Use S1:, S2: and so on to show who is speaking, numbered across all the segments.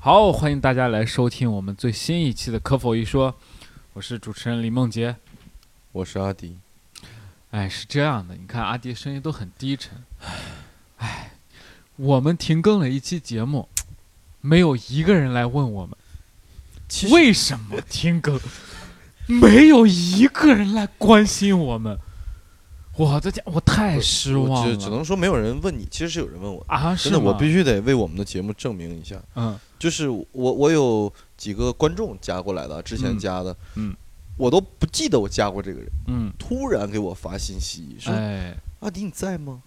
S1: 好，欢迎大家来收听我们最新一期的《可否一说》，我是主持人李梦洁。
S2: 我是阿迪，
S1: 哎，是这样的，你看阿迪声音都很低沉。哎，我们停更了一期节目，没有一个人来问我们为什么停更，没有一个人来关心我们。我这家我太失
S2: 我
S1: 望
S2: 只只
S1: 了
S2: 能说没有人问你，其实是有人问我的，
S1: 啊！
S2: 真
S1: 是
S2: 的，我
S1: 吗
S2: 必须得为我们的节目证明一下，
S1: 嗯
S2: 就是我我有几个观众加过来的，之前
S1: 嗯
S2: 加的，
S1: 嗯
S2: 我都不记得我加过这个人，
S1: 嗯
S2: 突然给我发信息说
S1: 哎
S2: 阿迪你 在吗？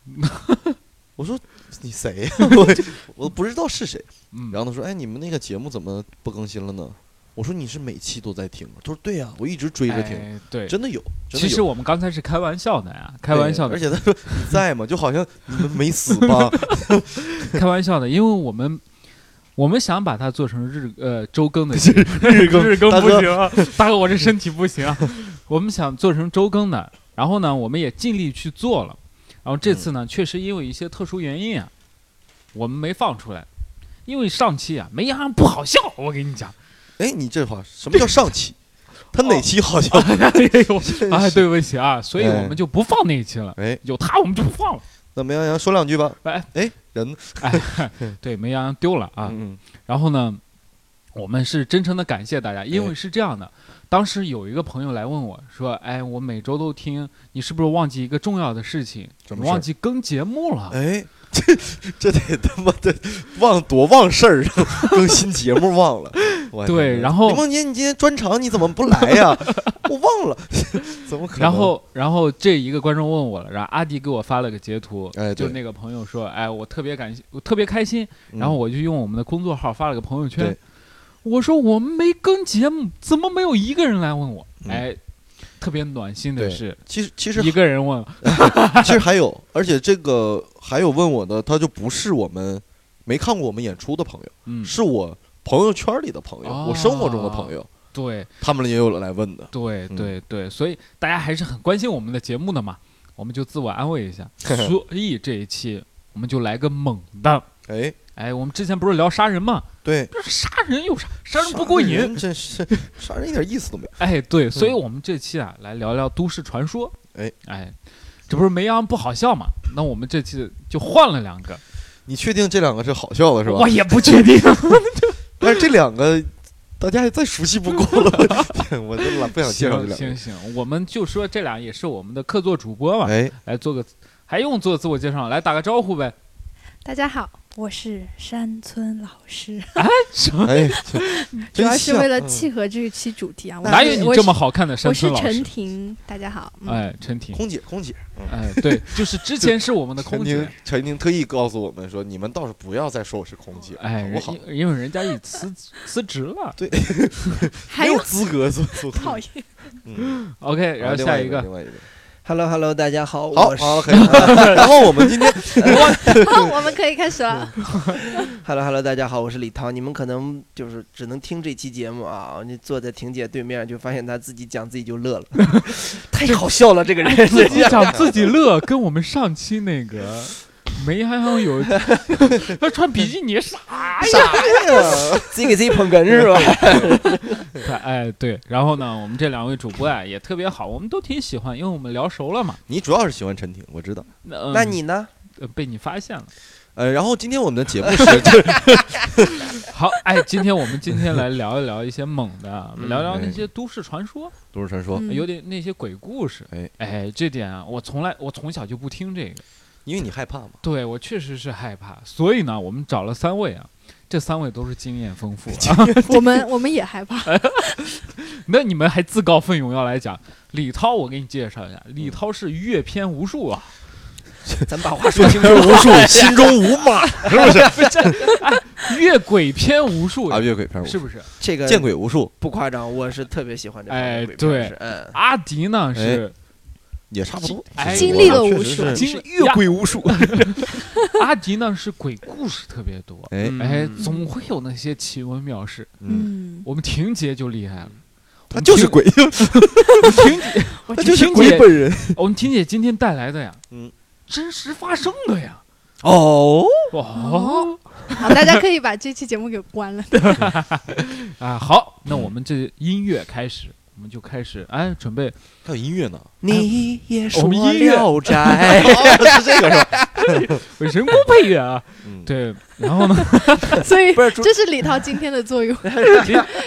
S2: 我说你谁呀、我 我都不知道是谁。
S1: 嗯，
S2: 然后他说：“哎，你们那个节目怎么不更新了呢？”我说：“你是每期都在听吗？”他说：“对呀、啊我一直追着听，
S1: 哎对，
S2: 真的有。真
S1: 其
S2: 的
S1: 实
S2: 有
S1: 我们刚才是开玩笑的呀，开玩笑
S2: 对
S1: 的
S2: 而，且他说：“你在吗？”就好像你们没死吧？
S1: 开玩笑的，因为我们我们想把它做成日呃周更 的节目，日
S2: 更
S1: 日更
S2: 大
S1: 不
S2: 哥
S1: 行啊，大哥，我这身体不行啊， 我们想做成周更的，然后呢，我们也尽力去做了，然后这次
S2: 嗯
S1: 呢，确实因为一些特殊原因啊，我们没放出来，因为上期啊没啥不好笑，我跟你 讲，
S2: 哎，你这话什么叫上期？他哪期好笑？
S1: 哎呦，
S2: 真
S1: 哎，
S2: 是。
S1: 对不起啊，所以我们就不放那一期了，
S2: 哎，
S1: 有他我们就不放了，
S2: 那梅羊羊说两句吧。
S1: 哎
S2: 哎，人呢
S1: 哎，对，没羊羊丢了啊，
S2: 嗯，
S1: 然后呢，我们是真诚的感谢大家，因为是这样的，当时有一个朋友来问我说：“哎，我每周都听，你是不是忘记一个重要的事情？
S2: 什么
S1: 你
S2: 事儿
S1: 忘记更节目了？”
S2: 哎，这这得他妈的忘多忘事儿，啊更新节目忘了。我天
S1: 对
S2: 哪
S1: 然后
S2: 李梦洁，你今天专场你怎么不来呀？我忘了， 怎么可能？
S1: 然后，然后这一个观众问我了，然后阿迪给我发了个截图，
S2: 哎对
S1: 就那个朋友说：“哎，我特别感谢，我特别开心。”
S2: 嗯，
S1: 然后我就用我们的工作号发了个朋友圈
S2: 对，
S1: 我说：“我们没更节目，怎么没有一个人来问我？”
S2: 嗯
S1: 哎，特别暖心的
S2: 对
S1: 是，
S2: 其实其实
S1: 一个人问，
S2: 其实还有，而且这个还有问我的，他就不是我们没看过我们演出的朋友，
S1: 嗯，哦
S2: 是我朋友圈里的朋友，我生活中的朋友，
S1: 对，
S2: 他们也有来问的。
S1: 对
S2: 嗯
S1: 对对，所以大家还是很关心我们的节目的嘛，我们就自我安慰一下。所以这一期我们就来个猛的。
S2: 哎，
S1: 哎，我们之前不是聊杀人吗？
S2: 对，
S1: 不是杀人有啥？杀人不过
S2: 杀
S1: 瘾。
S2: 人真是杀人一点意思都没有。
S1: 哎，对，所以我们这期啊，来聊聊都市传说。
S2: 哎
S1: 哎，这不是梅阳不好笑嘛？那我们这期就换了两个，
S2: 你确定这两个是好笑的是吧
S1: 我？也不确定。
S2: 但是这两个大家也再熟悉 不过了，我就懒不想介绍
S1: 行
S2: 这两
S1: 行
S2: 个。
S1: 行，我们就说这俩也是我们的客座主播嘛，
S2: 哎，
S1: 来做个，还用做自我介绍？来打个招呼呗。
S3: 大家好，我是山村老 师，
S1: 什么
S2: 哎，
S3: 主
S2: 真
S3: 要是
S2: 像
S3: 为了
S2: 嗯
S3: 契合这一期主题啊。我
S1: 哪有
S3: 是
S1: 你
S3: 我
S1: 这
S3: 是
S1: 么好看的山
S3: 我是
S1: 村老师？
S3: 陈婷，大家好。嗯、
S1: 哎，陈婷，
S2: 空姐，空姐，嗯
S1: 哎，对，就是之前是我们的
S2: 陈
S1: 空
S2: 婷
S1: 姐，，
S2: 陈婷特意告诉我们说，你们倒是不要再说我是空姐，
S1: 哎，
S2: 好
S1: 人
S2: 不好？
S1: 因因为人家已辞辞职 了。
S3: 还
S2: 没
S3: 有
S2: 有资格做做
S3: 讨 厌，
S2: 嗯，
S1: OK，然后
S2: 另
S1: 下
S2: 外
S1: 一
S2: 一
S1: 个，
S2: 另外一个，
S4: Hello Hello，大家好，
S2: 好，
S4: 我是
S2: 好 了，可以。然后我们今天，
S3: 好， 我们可以开始了。
S1: 嗯
S4: Hello Hello，大家好，我是李涛。你们可能就是只能听这期节目啊，你坐在婷姐对面，就发现她自己讲自己就乐了，哎太好笑了，这个人。
S1: 自 己讲自己乐，跟我们上期那个梅还好 有，他穿比基尼啥呀？
S4: 哎自己给自己捧哏是吧？
S1: 哎，对，然后呢，我们这两位主播啊也特别好，我们都挺喜欢，因为我们聊熟了嘛。
S2: 你主要是喜欢陈婷，我知道。
S1: 那嗯
S4: 那你呢？
S1: 呃被你发现了。
S2: 呃，然后今天我们的节目 是，
S1: 好，哎，今天我们今天来聊一聊一些猛的，啊
S4: 嗯
S1: 聊聊那
S2: 哎
S1: 些都市传说。
S2: 都市传说，
S3: 嗯
S1: 有点那些鬼故事。
S2: 哎
S1: 这点啊，我从来我从小就不听这个，
S2: 因为你害怕嘛。
S1: 对我确实是害怕，所以呢，我们找了三位啊，这三位都是经验丰富、 啊。
S3: 我们我们也害怕。
S1: 那你们还自告奋勇要来讲李涛，我给你介绍一下，李涛是阅片无数 啊，
S4: 咱把话说清楚。
S2: 无数，心中无马，是不是？
S1: 阅鬼片无数呀
S2: 啊，越鬼片无
S1: 是
S2: 数，
S1: 不是？
S4: 这个
S2: 见鬼无数，
S4: 不夸张，我是特别喜欢这方
S1: 哎
S4: 面的鬼
S1: 对
S4: 片是嗯，
S1: 阿迪
S2: 哎
S1: 呢是
S2: 也差不多
S1: 哎。
S3: 经历了
S2: 确实
S3: 无数
S2: 是
S1: 经
S4: 越
S1: 呀
S4: 鬼无数。
S1: 阿迪呢是鬼故事特别多，
S2: 哎
S4: 嗯
S1: 哎，总会有那些奇闻妙事。
S2: 嗯，
S3: 嗯，
S1: 我们婷姐就厉害了，
S2: 他就是鬼，
S1: 我们婷姐，
S3: 我
S1: 们
S2: 他
S3: 觉
S2: 就
S3: 得
S2: 是
S1: 听
S2: 鬼
S1: 见
S2: 本人。
S1: 我们婷姐今天带来的呀，
S2: 嗯，
S1: 真实发生的呀。
S2: 哦，
S1: 哦，
S3: 好，大家可以把这期节目给 关了。
S1: 啊，好，
S4: 嗯
S1: 那我们这音乐开始，我们就开始，哎，准 备
S2: 还有音乐呢，
S4: 你也说
S1: 我们音乐
S4: 聊斋，
S2: 哦是这个是吧？
S1: 人工配乐啊，
S2: 嗯，
S1: 对，然 后呢，
S3: 所以
S4: 不是主
S3: 这是李涛今天的 作用，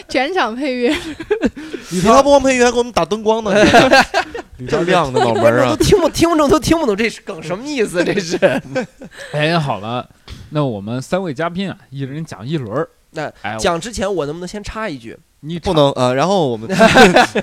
S3: 全场配乐。
S2: 你他不光配乐，还给我们打灯光 呢，
S1: 李
S2: 这
S1: 涛
S2: 亮的脑门
S4: 观
S2: 儿
S4: 众都
S2: 啊！
S4: 听不听不懂，都听不懂这是梗什么意思？这是
S1: 哎，好了，那我们三位嘉宾啊，一人讲一轮儿。
S4: 那
S1: 哎，
S4: 讲之前，我能不能先插一句？
S1: 你
S2: 不能啊，然后我 们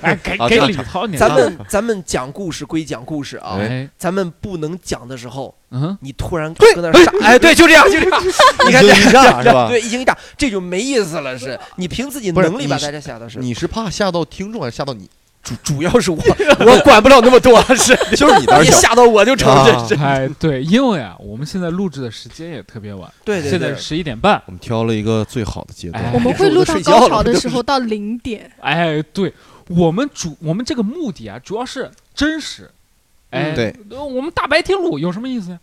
S1: 哎，给
S2: 啊
S1: 给
S2: 这样
S1: 李涛你
S4: 咱
S1: 了
S4: 们咱们讲故事归讲故事啊，
S1: 哎，
S4: 咱们不能讲的时候，
S1: 嗯，
S4: 你突然搁那儿傻，哎，对，就这样，就这样，你看
S2: 一
S4: 这
S2: 惊一乍是吧
S4: 对，一惊一乍，这就没意思了。是你凭自己
S2: 不是
S4: 能力把
S2: 你是
S4: 大家吓到是，
S2: 你是怕吓到听众还是吓到你？
S4: 主主要是我，我管不了那么多，是
S2: 就是你胆儿
S4: 你
S2: 小，
S4: 吓到我就成
S2: 啊
S4: 真是。
S1: 哎，对，因为啊，我们现在录制的时间也特别晚，
S4: 对对
S1: 现在
S4: 对
S1: 是，十一点半。
S2: 我们挑了一个最好的阶段
S1: 哎
S3: 我。们会录到高潮的时候到零点，
S1: 哎，对，我们主我们这个目的啊，主要是真实。哎，
S2: 嗯对
S1: 呃，我们大白天录有什么意思呀？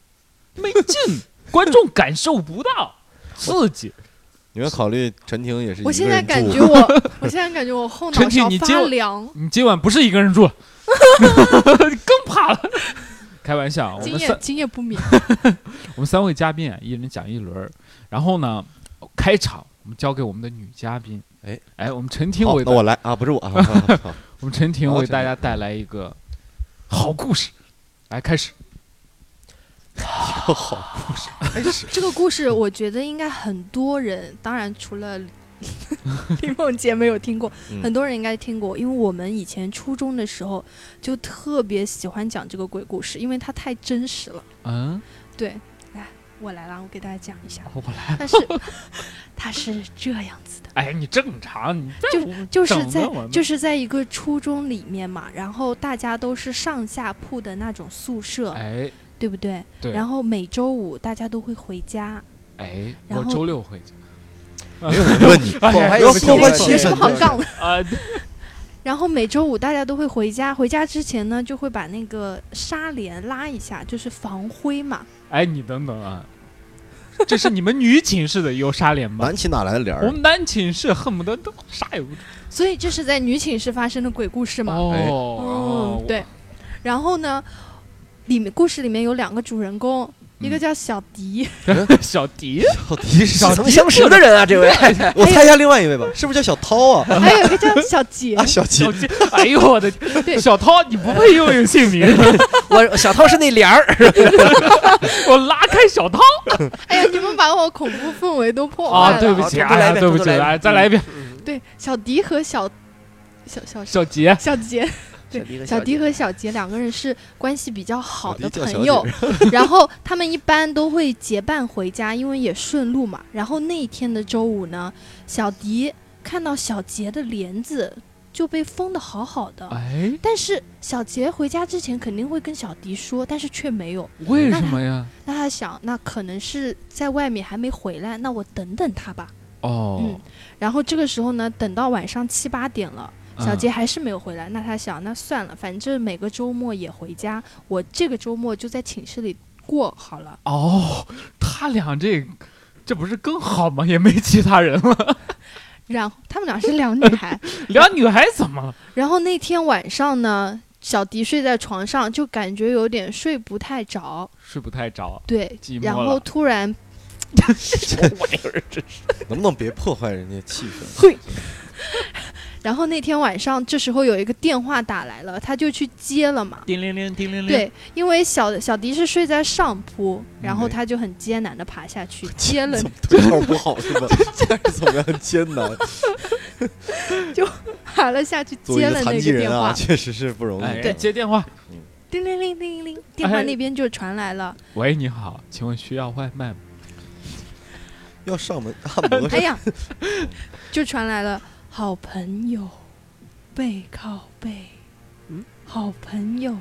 S1: 没劲， 观众感受不到刺激。
S2: 你们考虑陈婷也是一
S3: 我
S2: 个
S3: 现在
S2: 人
S3: 感
S2: 住
S3: 觉我， 我现在感觉我后 脑
S1: 陈婷
S3: 勺
S1: 你接
S3: 发
S1: 我
S3: 凉，
S1: 你今晚不是一个人住了， 更怕了。开玩笑，啊我
S3: 今
S1: 们
S3: 夜
S1: 三
S3: 今夜不眠。
S1: 我们三位嘉宾啊，一人讲一轮儿，然后呢，开场我们交给我们的女嘉宾。
S2: 哎
S1: 哎，我们陈婷
S2: 好
S1: 为
S2: 那
S1: 大
S2: 我来啊，不是我啊， 好好好
S1: 我们陈婷
S2: 好
S1: 为
S2: 陈
S1: 大
S2: 婷
S1: 家带来一个好故事。来，开始。
S2: 好好，
S3: 哎这个故事我觉得应该很多人，当然除了 李梦洁没有听过，
S2: 嗯
S3: 很多人应该听过，因为我们以前初中的时候就特别喜欢讲这个鬼故事，因为它太真实了。
S1: 嗯，
S3: 对，来，我来了，我给大家讲一下，
S1: 我来。
S3: 但是它是这样子的，
S1: 哎，你正常，你
S3: 就是在
S1: 整的我们
S3: 就是在一个初中里面嘛，然后大家都是上下铺的那种宿舍，
S1: 哎
S3: 对不对？
S1: 对
S3: 然后每周五大家都会回家，
S1: 哎，
S3: 然
S1: 我
S3: 后
S1: 周六回去。
S2: 没有人问你，
S1: 哎呀
S4: 还
S2: 不要过
S4: 有这
S2: 分
S4: 个
S2: 气
S3: 什
S2: 神
S3: 么好杠的？
S1: 啊，
S3: 然后每周五大家都会回家，回家之前呢，就会把那个纱帘拉一下，就是防灰嘛。
S1: 哎，你等等啊，这是你们女寝室的有纱帘吗？
S2: 南起哪来的帘
S1: 我
S2: 儿？
S1: 们男寝室恨不得都啥也不知
S3: 所以这是在女寝室发生的鬼故事嘛。
S1: 道。
S2: 哎
S1: 哦
S3: 嗯，，对。然后呢，里面故事里面有两个主人公，一个叫小迪，
S1: 小迪，
S2: 到底是
S1: 小
S2: 啥
S4: 似？曾相识的人啊，这位
S2: 我猜一下另外一位吧，是不是叫小涛啊？
S3: 还有一个叫小 杰
S2: 啊，。哎小齐
S1: 嗯小，迪，哎呦我的天，
S3: 对
S1: 小涛，你不配用用姓名，
S4: 我小涛是那帘儿，
S1: 我拉开小 涛
S3: 哎呀，你们把我恐怖氛围都破坏了。
S1: 啊！对不起，
S4: 好重新
S1: 哎
S4: 来一
S1: 呀，
S4: 遍
S1: 对不
S4: 重
S1: 起，
S4: 新来一遍
S1: 哎，再来一遍，
S3: 对小迪和小小小
S1: 小杰，
S3: 小杰，对
S4: 迪
S3: 小迪
S4: 迪
S3: 和小杰两个人是关系比较好的
S2: 小迪叫
S3: 朋友， 然后他们一般都会结伴回家，因为也顺路嘛。然后那一天的周五呢，小迪看到小杰的帘子就被封的好好的，
S1: 哎，
S3: 但是小杰回家之前肯定会跟小迪说，但是却没有。
S1: 为什么呀？
S3: 那他想，那可能是在外面还没回来，那我等等他吧。
S1: 哦
S3: 嗯，然后这个时候呢，等到晚上七八点了。
S1: 嗯
S3: 小杰还是没有回来，那他想，那算了，反正每个周末也回家，我这个周末就在寝室里过好了。
S1: 哦，他俩这这不是更好吗？也没其他人了，
S3: 然后他们俩是两女孩，
S1: 俩女孩怎么了？
S3: 然后那天晚上呢，小迪睡在床上就感觉有点睡不太着，
S1: 睡不太着，
S3: 对
S1: 寂，寞
S3: 然后
S1: 了
S3: 突然
S2: 能不能别破坏人家气氛？
S3: 会，然后那天晚上这时候有一个电话打来了，他就去接了嘛。
S1: 叮铃铃，叮铃铃，
S3: 对，因为小小迪是睡在上铺，
S1: 嗯
S3: 然后
S2: 对
S3: 他就很艰难的爬 下去接了
S2: 怎么对号不好是吧？ 这样怎么样艰 难？
S3: 爬了下去
S2: 作为
S3: 接
S2: 一个
S3: 了那
S2: 残
S3: 个
S2: 疾
S3: 电
S2: 人
S3: 话，
S2: 啊，确实是不容
S1: 哎，
S2: 易。
S1: 接电话。
S3: 叮铃铃叮铃铃，电话那边就传来了。
S1: 喂，你好，请问需要外卖吗？
S2: 要上门按摩
S3: 哎呀，就传来了，好朋友背靠背，
S4: 嗯
S3: 好朋友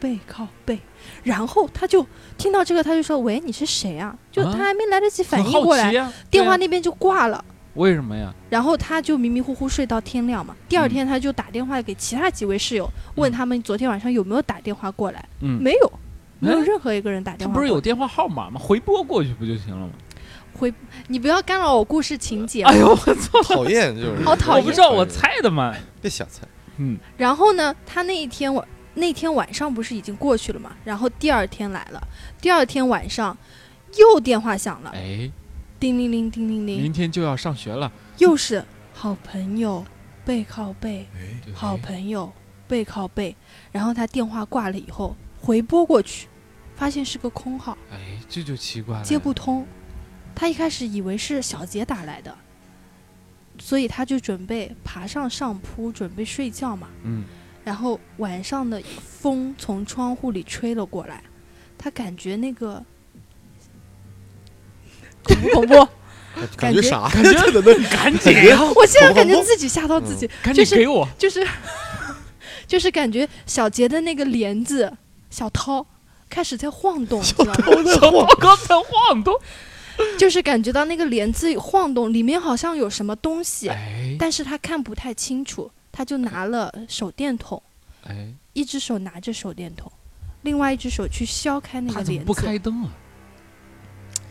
S3: 背靠背。然后他就听到这个，他就说：“喂，你是谁啊？”就
S1: 啊
S3: 他还没来得及反
S1: 很
S3: 应
S1: 好
S3: 过来，
S1: 奇啊呀，
S3: 电
S1: 对
S3: 话
S1: 呀啊
S3: 那边就挂了。
S1: 为什么呀？
S3: 然后他就迷迷糊糊睡到天亮嘛。第二天他就打电话给其他几位室友，问他们昨天晚上有没有打电话过来。
S1: 嗯，
S3: 没有，没有
S1: 哎
S3: 任何一个人打
S1: 他
S3: 电话
S1: 不
S3: 过
S1: 是
S3: 来。
S1: 有电话号码吗？回拨过去不就行了吗？
S3: 回，你不要干扰我故事情节。
S1: 哎呦，我操！
S2: 讨厌就是，哎
S3: 好讨厌
S1: 我不知道，我，猜的嘛。
S2: 别瞎猜。
S1: 嗯，
S3: 然后呢，他那一天晚那天晚上不是已经过去了嘛？然后第二天来了，第二天晚上又电话响了，
S1: 哎，
S3: 叮铃铃叮铃铃
S1: 明，天就要上学了。
S3: 又是好朋友背靠背，
S2: 哎，
S1: 对
S3: 好朋友背靠背。然后他电话挂了以后回拨过去，发现是个空号，
S1: 哎，这就奇怪了。
S3: 接不通。他一开始以为是小杰打来的，所以他就准备爬上上铺准备睡觉嘛。
S1: 嗯，
S3: 然后晚上的风从窗户里吹了过来，他感觉那 个恐不恐怖，
S2: 感
S3: 感觉
S2: 啥？
S1: 感 觉赶紧
S2: 感觉
S3: 我现在感觉自己吓到自己，
S1: 赶
S3: 就
S1: 紧
S3: 是
S1: 给我。
S3: 就是就是感觉小杰的那个帘子小涛开始在晃动，你知道吗？
S1: 小报告在晃动。
S3: 就是感觉到那个帘子晃动，里面好像有什么东西，
S1: 哎
S3: 但是他看不太清楚，他就拿了手电筒，
S1: 哎，
S3: 一只手拿着手电筒，另外一只手去削开那
S1: 他
S3: 个
S1: 怎么
S3: 帘
S1: 不
S3: 子。
S1: 开灯啊？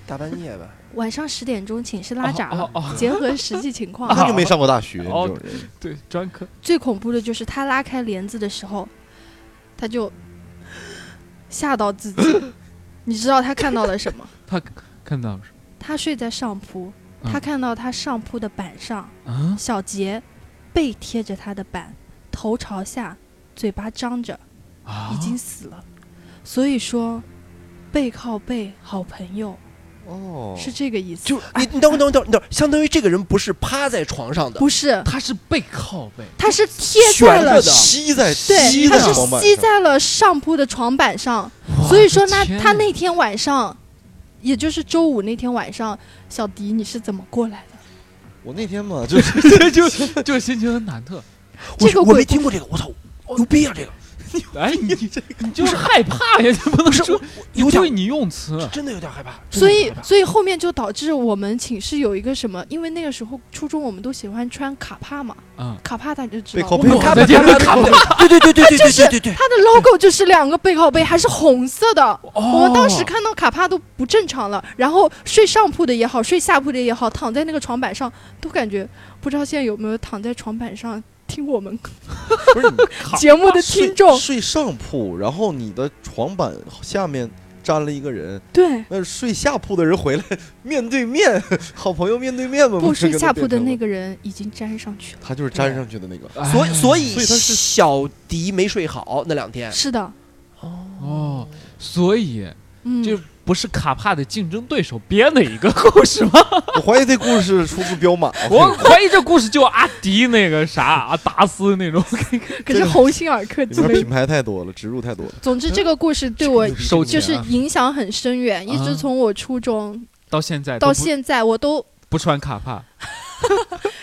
S4: 大半夜吧，
S3: 晚上十点钟寝室拉闸了，
S1: 哦哦哦
S3: 结合实际情况。
S2: 那就没上过大学，
S1: 哦
S2: 你就是
S1: 对，专科。
S3: 最恐怖的就是他拉开帘子的时候，他就吓到自己。你知道他看到了什么？
S1: 他看到了什
S3: 他睡在上铺，
S1: 嗯
S3: 他看到他上铺的板上，
S1: 么啊？
S3: 小杰背贴着他的板，头朝下，嘴巴张着，
S1: 啊
S3: 已经死了。所以说，背靠背，好朋友
S2: 哦，
S3: 是这个意思。
S4: 就是你你等会儿等会儿等会儿等会儿，相当于这个人不是趴在床上的，
S3: 不是，
S1: 他是背靠背，
S3: 他是贴在
S4: 悬
S3: 了
S4: 着的，
S2: 吸在吸
S3: 对，
S2: 在
S3: 它是
S2: 床板
S3: 吸
S2: 上
S3: 在了上铺的床板上，
S1: 哇
S3: 所以说
S1: 我
S3: 那
S1: 的天
S3: 他
S1: 哪
S3: 那天晚上，也就是周五那天晚上，小迪你是怎么过来的？
S2: 我那天嘛，就是
S1: 就就心情很忐忑。
S4: 我
S3: 这个
S4: 我
S3: 鬼
S4: 没听过这个，我操，牛逼啊这个！
S1: 哎， 你你就是害怕呀，你不能
S4: 不是
S1: 说
S4: 我有
S1: 对
S4: 点
S1: 你啊用词。
S4: 真的有点害怕，真
S3: 所
S4: 的有
S3: 以
S4: 点害，怕
S3: 所以后面就导致我们寝室有一个什么，因为那个时候初中我们都喜欢穿卡帕嘛，
S1: 嗯，
S3: 卡帕大家就知
S2: 背
S3: 道，
S2: 靠
S3: 我
S2: 背
S3: 们
S1: 我
S4: 卡
S1: 在
S4: 巴
S1: 这
S4: 卡
S1: 边
S4: 巴卡巴，对对对 对对对对对对，
S3: 它的 logo 就是两个背靠背，还是红色的。我
S1: 我
S3: 们当时看到卡帕都不正常了，然后睡上铺的也好，睡下铺的也好，躺在那个床板上，都感觉不知道现在有没有躺在床板上听我 们
S2: 不是你
S3: 节目的
S2: 睡
S3: 听 众，
S2: 睡上铺，然后你的床板下面站了一个人，
S3: 对，
S2: 那睡下铺的人回来面对面，好朋友面对面嘛，
S3: 不
S2: 不是
S3: 睡
S2: 跟
S3: 下铺的那
S2: 变
S3: 个人已经粘上去了。
S2: 成了，他就是粘上去的那个。
S1: 哎
S4: 所以所以
S2: 所以他是
S4: 小迪没睡好那两天，啊
S3: 是的，
S1: 哦，所以
S3: 嗯，
S1: 就不是卡帕的竞争对手编的一个故事吗？
S2: 我怀疑这故事出自彪马，啊
S1: 我
S2: 我
S1: 怀疑这故事就阿迪那个啥阿达斯那种，
S3: 可是鸿星尔克
S2: 里
S3: 之
S2: 面
S3: 类
S2: 品
S3: 的。
S2: 牌太多了，植入太多了。
S3: 总之，这个故事对我
S1: 收钱
S3: 就是影响很深远，一直
S1: 啊
S3: 从我初中
S1: 到现在都
S3: 到
S1: 不
S3: 现在，我都
S1: 不穿卡帕，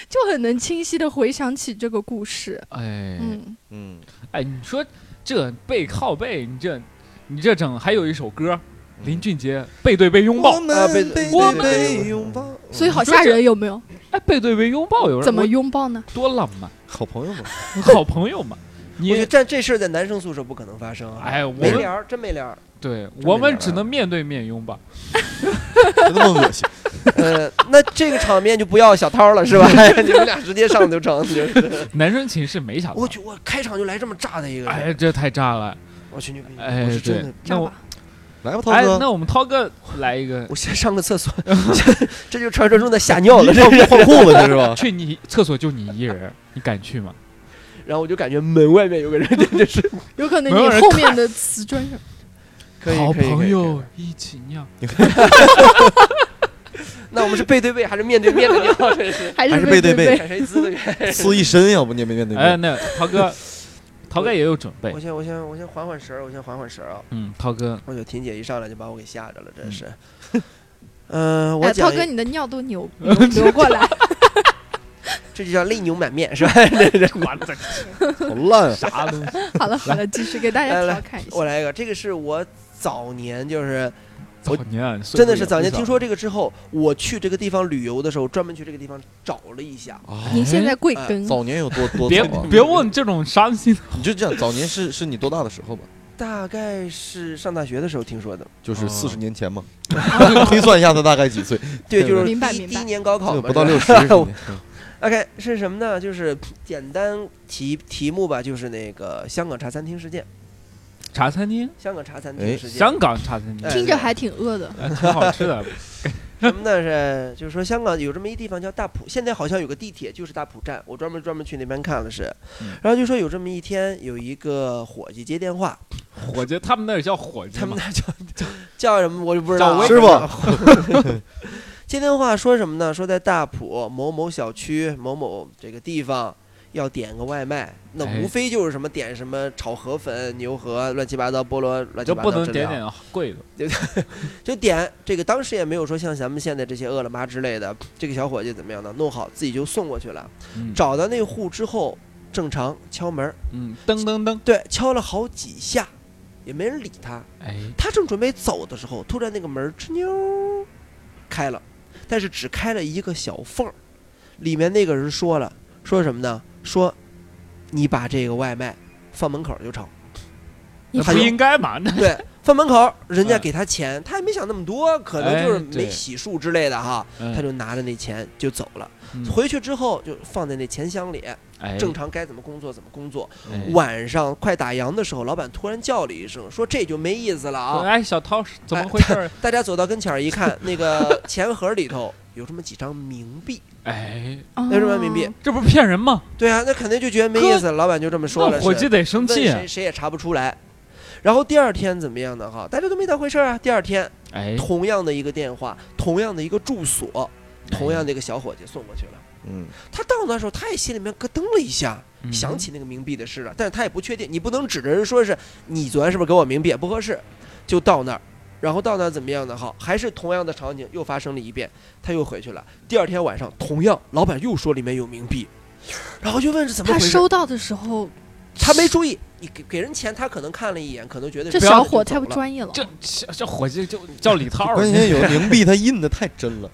S3: 就很能清晰的回想起这个故事。
S1: 哎
S3: 嗯，
S2: 嗯，
S1: 哎，你说这背靠背，你这你这整还有一首歌，
S4: 嗯
S1: 林俊杰背对背拥抱，
S4: 啊
S2: 嗯们
S4: 被
S2: 被
S1: 我
S2: 被
S1: 们嗯
S2: 被拥抱，
S3: 所以好
S1: 说
S3: 吓
S1: 这
S3: 人，有没有？
S1: 哎，背对背拥抱有人
S3: 怎么
S1: 我
S3: 拥抱呢？
S1: 多浪漫，
S2: 好朋友嘛。
S1: 好朋友嘛，
S4: 我觉得
S1: 你
S4: 这这事儿在男生宿舍不可能发生啊，
S1: 哎，我
S4: 没
S1: 们
S4: 聊儿，真没聊儿。
S1: 对
S4: 没
S1: 我们
S4: 脸
S1: 只能面对面拥抱，
S2: 真那么恶心？
S4: 呃，那这个场面就不要小涛 了是吧？你们俩直接上就成，就是。
S1: 男生寝室没啥，
S4: 我去，我开场就来这么炸的一个，
S1: 哎，这太炸了，
S4: 我去牛逼！
S1: 哎
S4: 我是真的
S1: 对，
S3: 炸
S1: 那我
S3: 吧！
S2: 来吧，涛
S1: 哎，
S2: 哥，
S1: 那我们涛哥来一个
S4: 我，先上个厕所， 这就传说中的吓 尿了，这
S2: 换
S4: 是。
S2: 换裤 子这是吧？
S1: 去你厕所就你一人，你敢去吗？
S4: 然后我就感觉门外面有个人， 真的是
S3: 有可能
S1: 没有人
S3: 你后面的瓷砖上，
S4: 可以
S1: 好
S4: 可以可以
S1: 朋友
S4: 可
S1: 一起尿，
S4: 以那我们是背对背还是面对面的尿？这是
S2: 还
S3: 还是
S2: 是背对
S3: 对
S2: 背
S3: 背？
S4: 看谁滋的远。
S2: 撕一身，要不你也没面对
S1: 哎，
S2: 面。
S1: 那涛哥，涛哥也有准备
S4: 我，先我先我先缓缓神儿，我先缓缓神儿啊！
S1: 嗯，涛哥，
S4: 我觉得婷姐一上来就把我给吓着了，真是。 嗯，我
S3: 哎，涛
S4: 讲
S3: 哥，
S4: 一
S3: 你的尿都流流流过来，
S4: 这就叫泪流满面是吧？这这
S1: 管他
S2: 好烂啊！
S1: 啥东 西，
S3: 好了好了，继续给大家
S4: 来
S3: 调
S4: 来
S3: 侃一下
S4: 我。来一个，这个是我早年就是
S1: 早年啊
S4: 真的是早年听，说这个之后，我去这个地方旅游的时候，专门去这个地方找了一下。
S2: 啊
S3: 您现在贵庚？
S2: 早年有多多
S1: 岁数也
S2: 早
S1: 不
S2: 啊
S1: 小别？别问这种伤心的，
S2: 你就这样，早年是是你多大的时候吧？
S4: 大概是上大学的时候听说的。
S2: 就是
S1: 哦
S2: 四十年前嘛，推算一下他大概几岁，
S4: 对，就是
S3: 明白
S4: 第一
S3: 明
S4: 第
S3: 白
S4: 一年高考
S2: 就
S4: 嘛，
S2: 不到
S4: 是吧
S2: 六十。嗯
S4: OK，是什么呢？就是简单题题目吧，就是那个香港茶餐厅事件，
S1: 茶餐厅，
S4: 香港茶餐
S2: 哎
S4: 厅事件。
S1: 香港茶餐厅
S4: 哎
S3: 听着还挺饿的。
S1: 哎挺好吃的，
S4: 什么呢？是就是说香港有这么一地方叫大埔，现在好像有个地铁就是大埔站，我专门专门去那边看了是
S1: 嗯。
S4: 然后就说有这么一天，有一个伙计接电话，
S1: 伙计他们那儿叫伙计
S4: 他们
S1: 嘛，
S4: 那叫叫什么我就不知道
S1: 嗯叫
S4: 啊。
S1: 微
S2: 师傅，
S4: 接电话说什么呢？说在大埔某某小区某某这个地方要点个外卖，那
S1: 哎
S4: 无非就是什么点什么炒河粉、牛河、乱七八糟菠萝，乱七
S1: 就
S4: 八
S1: 不
S4: 糟
S1: 能
S4: 这
S1: 点
S4: 料
S1: 点贵的，
S4: 就点这个，当时也没有说像咱们现在这些饿了么之类的，这个小伙计怎么样呢？弄好自己就送过去了。
S1: 嗯
S4: 找到那户之后，正常敲门儿，
S1: 嗯，噔噔噔，
S4: 对，敲了好几下，也没人理他。
S1: 哎，
S4: 他正准备走的时候，突然那个门儿吱扭儿开了，但是只开了一个小缝儿。里面那个人说了，说什么呢？说你把这个外卖放门口儿就成。
S1: 那
S4: 他
S1: 不
S4: 就
S1: 应该嘛？那
S4: 对，放门口，人家
S1: 嗯
S4: 给他钱，他也没想那么多，可能就是
S1: 哎对
S4: 没洗漱之类的哈，他
S1: 他
S4: 就拿着那钱就走了。回去之后就放在那钱箱里，
S1: 哎
S4: 正常该怎么工作怎么工作。
S1: 晚
S4: 晚上快打烊的时候，老板突然叫了一声，说这就没意思了啊！
S1: 哎，小涛是怎么回事儿？
S4: 大家走到跟前儿一看， 那个钱盒里头有这么几张冥币，
S1: 哎，
S3: 那
S4: 六十万冥币，
S1: 这不是骗人吗？
S4: 对啊，那肯定就觉得没意思了。老板就啊这么说
S1: 那
S4: 了，
S1: 伙
S4: 是
S1: 计得生
S4: 问
S1: 气，啊
S4: 谁谁也查不出来。然后第二天怎么样呢？哈，大家都没当回事儿啊。第二天
S1: 哎，
S4: 同样的一个电话，同样的一个住所，同样的一个小伙计送过去了。
S2: 嗯，
S4: 他到那时候，他也心里面咯噔了一下，
S1: 嗯
S4: 想起那个冥币的事了，但是他也不确定，你不能指着人说是你昨天是不是给我冥币，不合适，就到那儿。然后到那儿怎么样呢？好，还是同样的场景又发生了一遍，他又回去了。第二天晚上，同样老板又说里面有冥币， 然后就问是怎么
S3: 他
S4: 回事，
S3: 收到的时候，
S4: 他没注意，你给给人钱，他可能看了一眼，可能觉得
S3: 这
S4: 不要
S3: 小
S4: 了
S3: 伙太
S4: 就走
S3: 不
S4: 了
S3: 专业了。
S1: 这这这伙计就叫李涛儿，
S2: 关键有冥币，他印的太真了，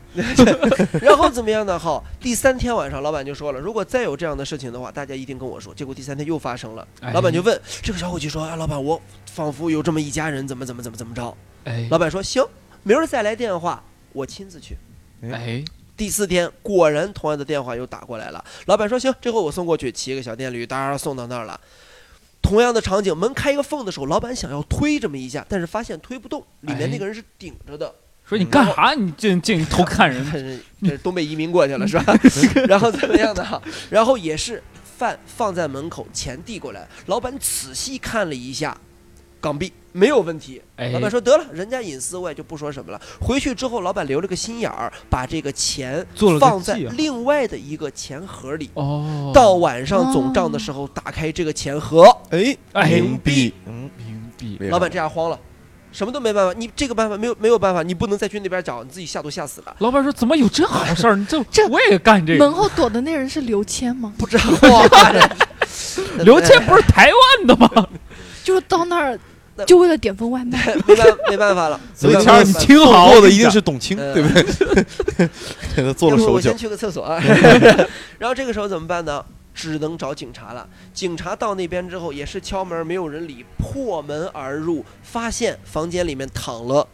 S4: 然后怎么样呢？好，第三天晚上，老板就说了，如果再有这样的事情的话，大家一定跟我说。结果第三天又发生了，
S1: 哎
S4: 老板就问这个小伙计说：“啊，老板，我仿佛有这么一家人，怎么怎么怎么怎么着
S1: 哎？”
S4: 老板说：“行，明儿再来电话，我亲自去。”
S1: 哎，
S4: 第四天，果然同样的电话又打过来了。老板说：“行，这回我送过去，骑个小电驴，哒送到那儿了。”同样的场景，门开一个缝的时候，老板想要推这么一下，但是发现推不动，里面那个人是顶着 的。
S1: 说你干啥？你进进偷看人，
S4: 这是嗯这是东北移民过去了是 吧？然后怎么样呢？然后也是饭放在门口，钱递过来，老板仔细看了一下，港币没有问题。
S1: 哎，
S4: 老板说得了，人家隐私我也就不说什么了。回去之后，老板留了个心眼儿，把这个钱
S1: 做了个
S4: 放在
S1: 记号
S4: 另外的一个钱盒里。
S1: 哦，
S4: 到晚上总账的时候，打开这个钱盒，
S2: 哎，
S1: 哎
S2: 冥币，嗯，
S1: 冥币，
S2: 为啥
S4: 老板这下慌了，什么都没办法。你这个办法没有没有办法，你不能再去那边找，你自己吓都吓死了。
S1: 老板说怎么有这好事儿？你 这
S3: 这
S1: 我也干这个。
S3: 门后躲的那人是刘谦吗？
S4: 不 知道，
S1: 刘谦不是台湾 的吗？
S3: 就是到那儿
S4: 那
S3: 就为了点份外卖，
S4: 没办没 办法了，
S2: 所以
S4: 没
S1: 刘
S4: 办
S1: 谦儿，你
S2: 他
S4: 法没办法
S1: 听好，
S2: 做
S1: 我
S2: 的
S1: 跟
S2: 一
S1: 你
S2: 定
S1: 讲
S2: 是董卿，
S4: 呃
S2: 对不对？ 给他做了
S4: 要不
S2: 手
S4: 哎我
S2: 脚
S4: 先，去个厕 所 啊。然后这个时候怎么办呢？只能找警察了。警察到那边之后也是敲门，没有人理，破门而入，发现房间里面躺了，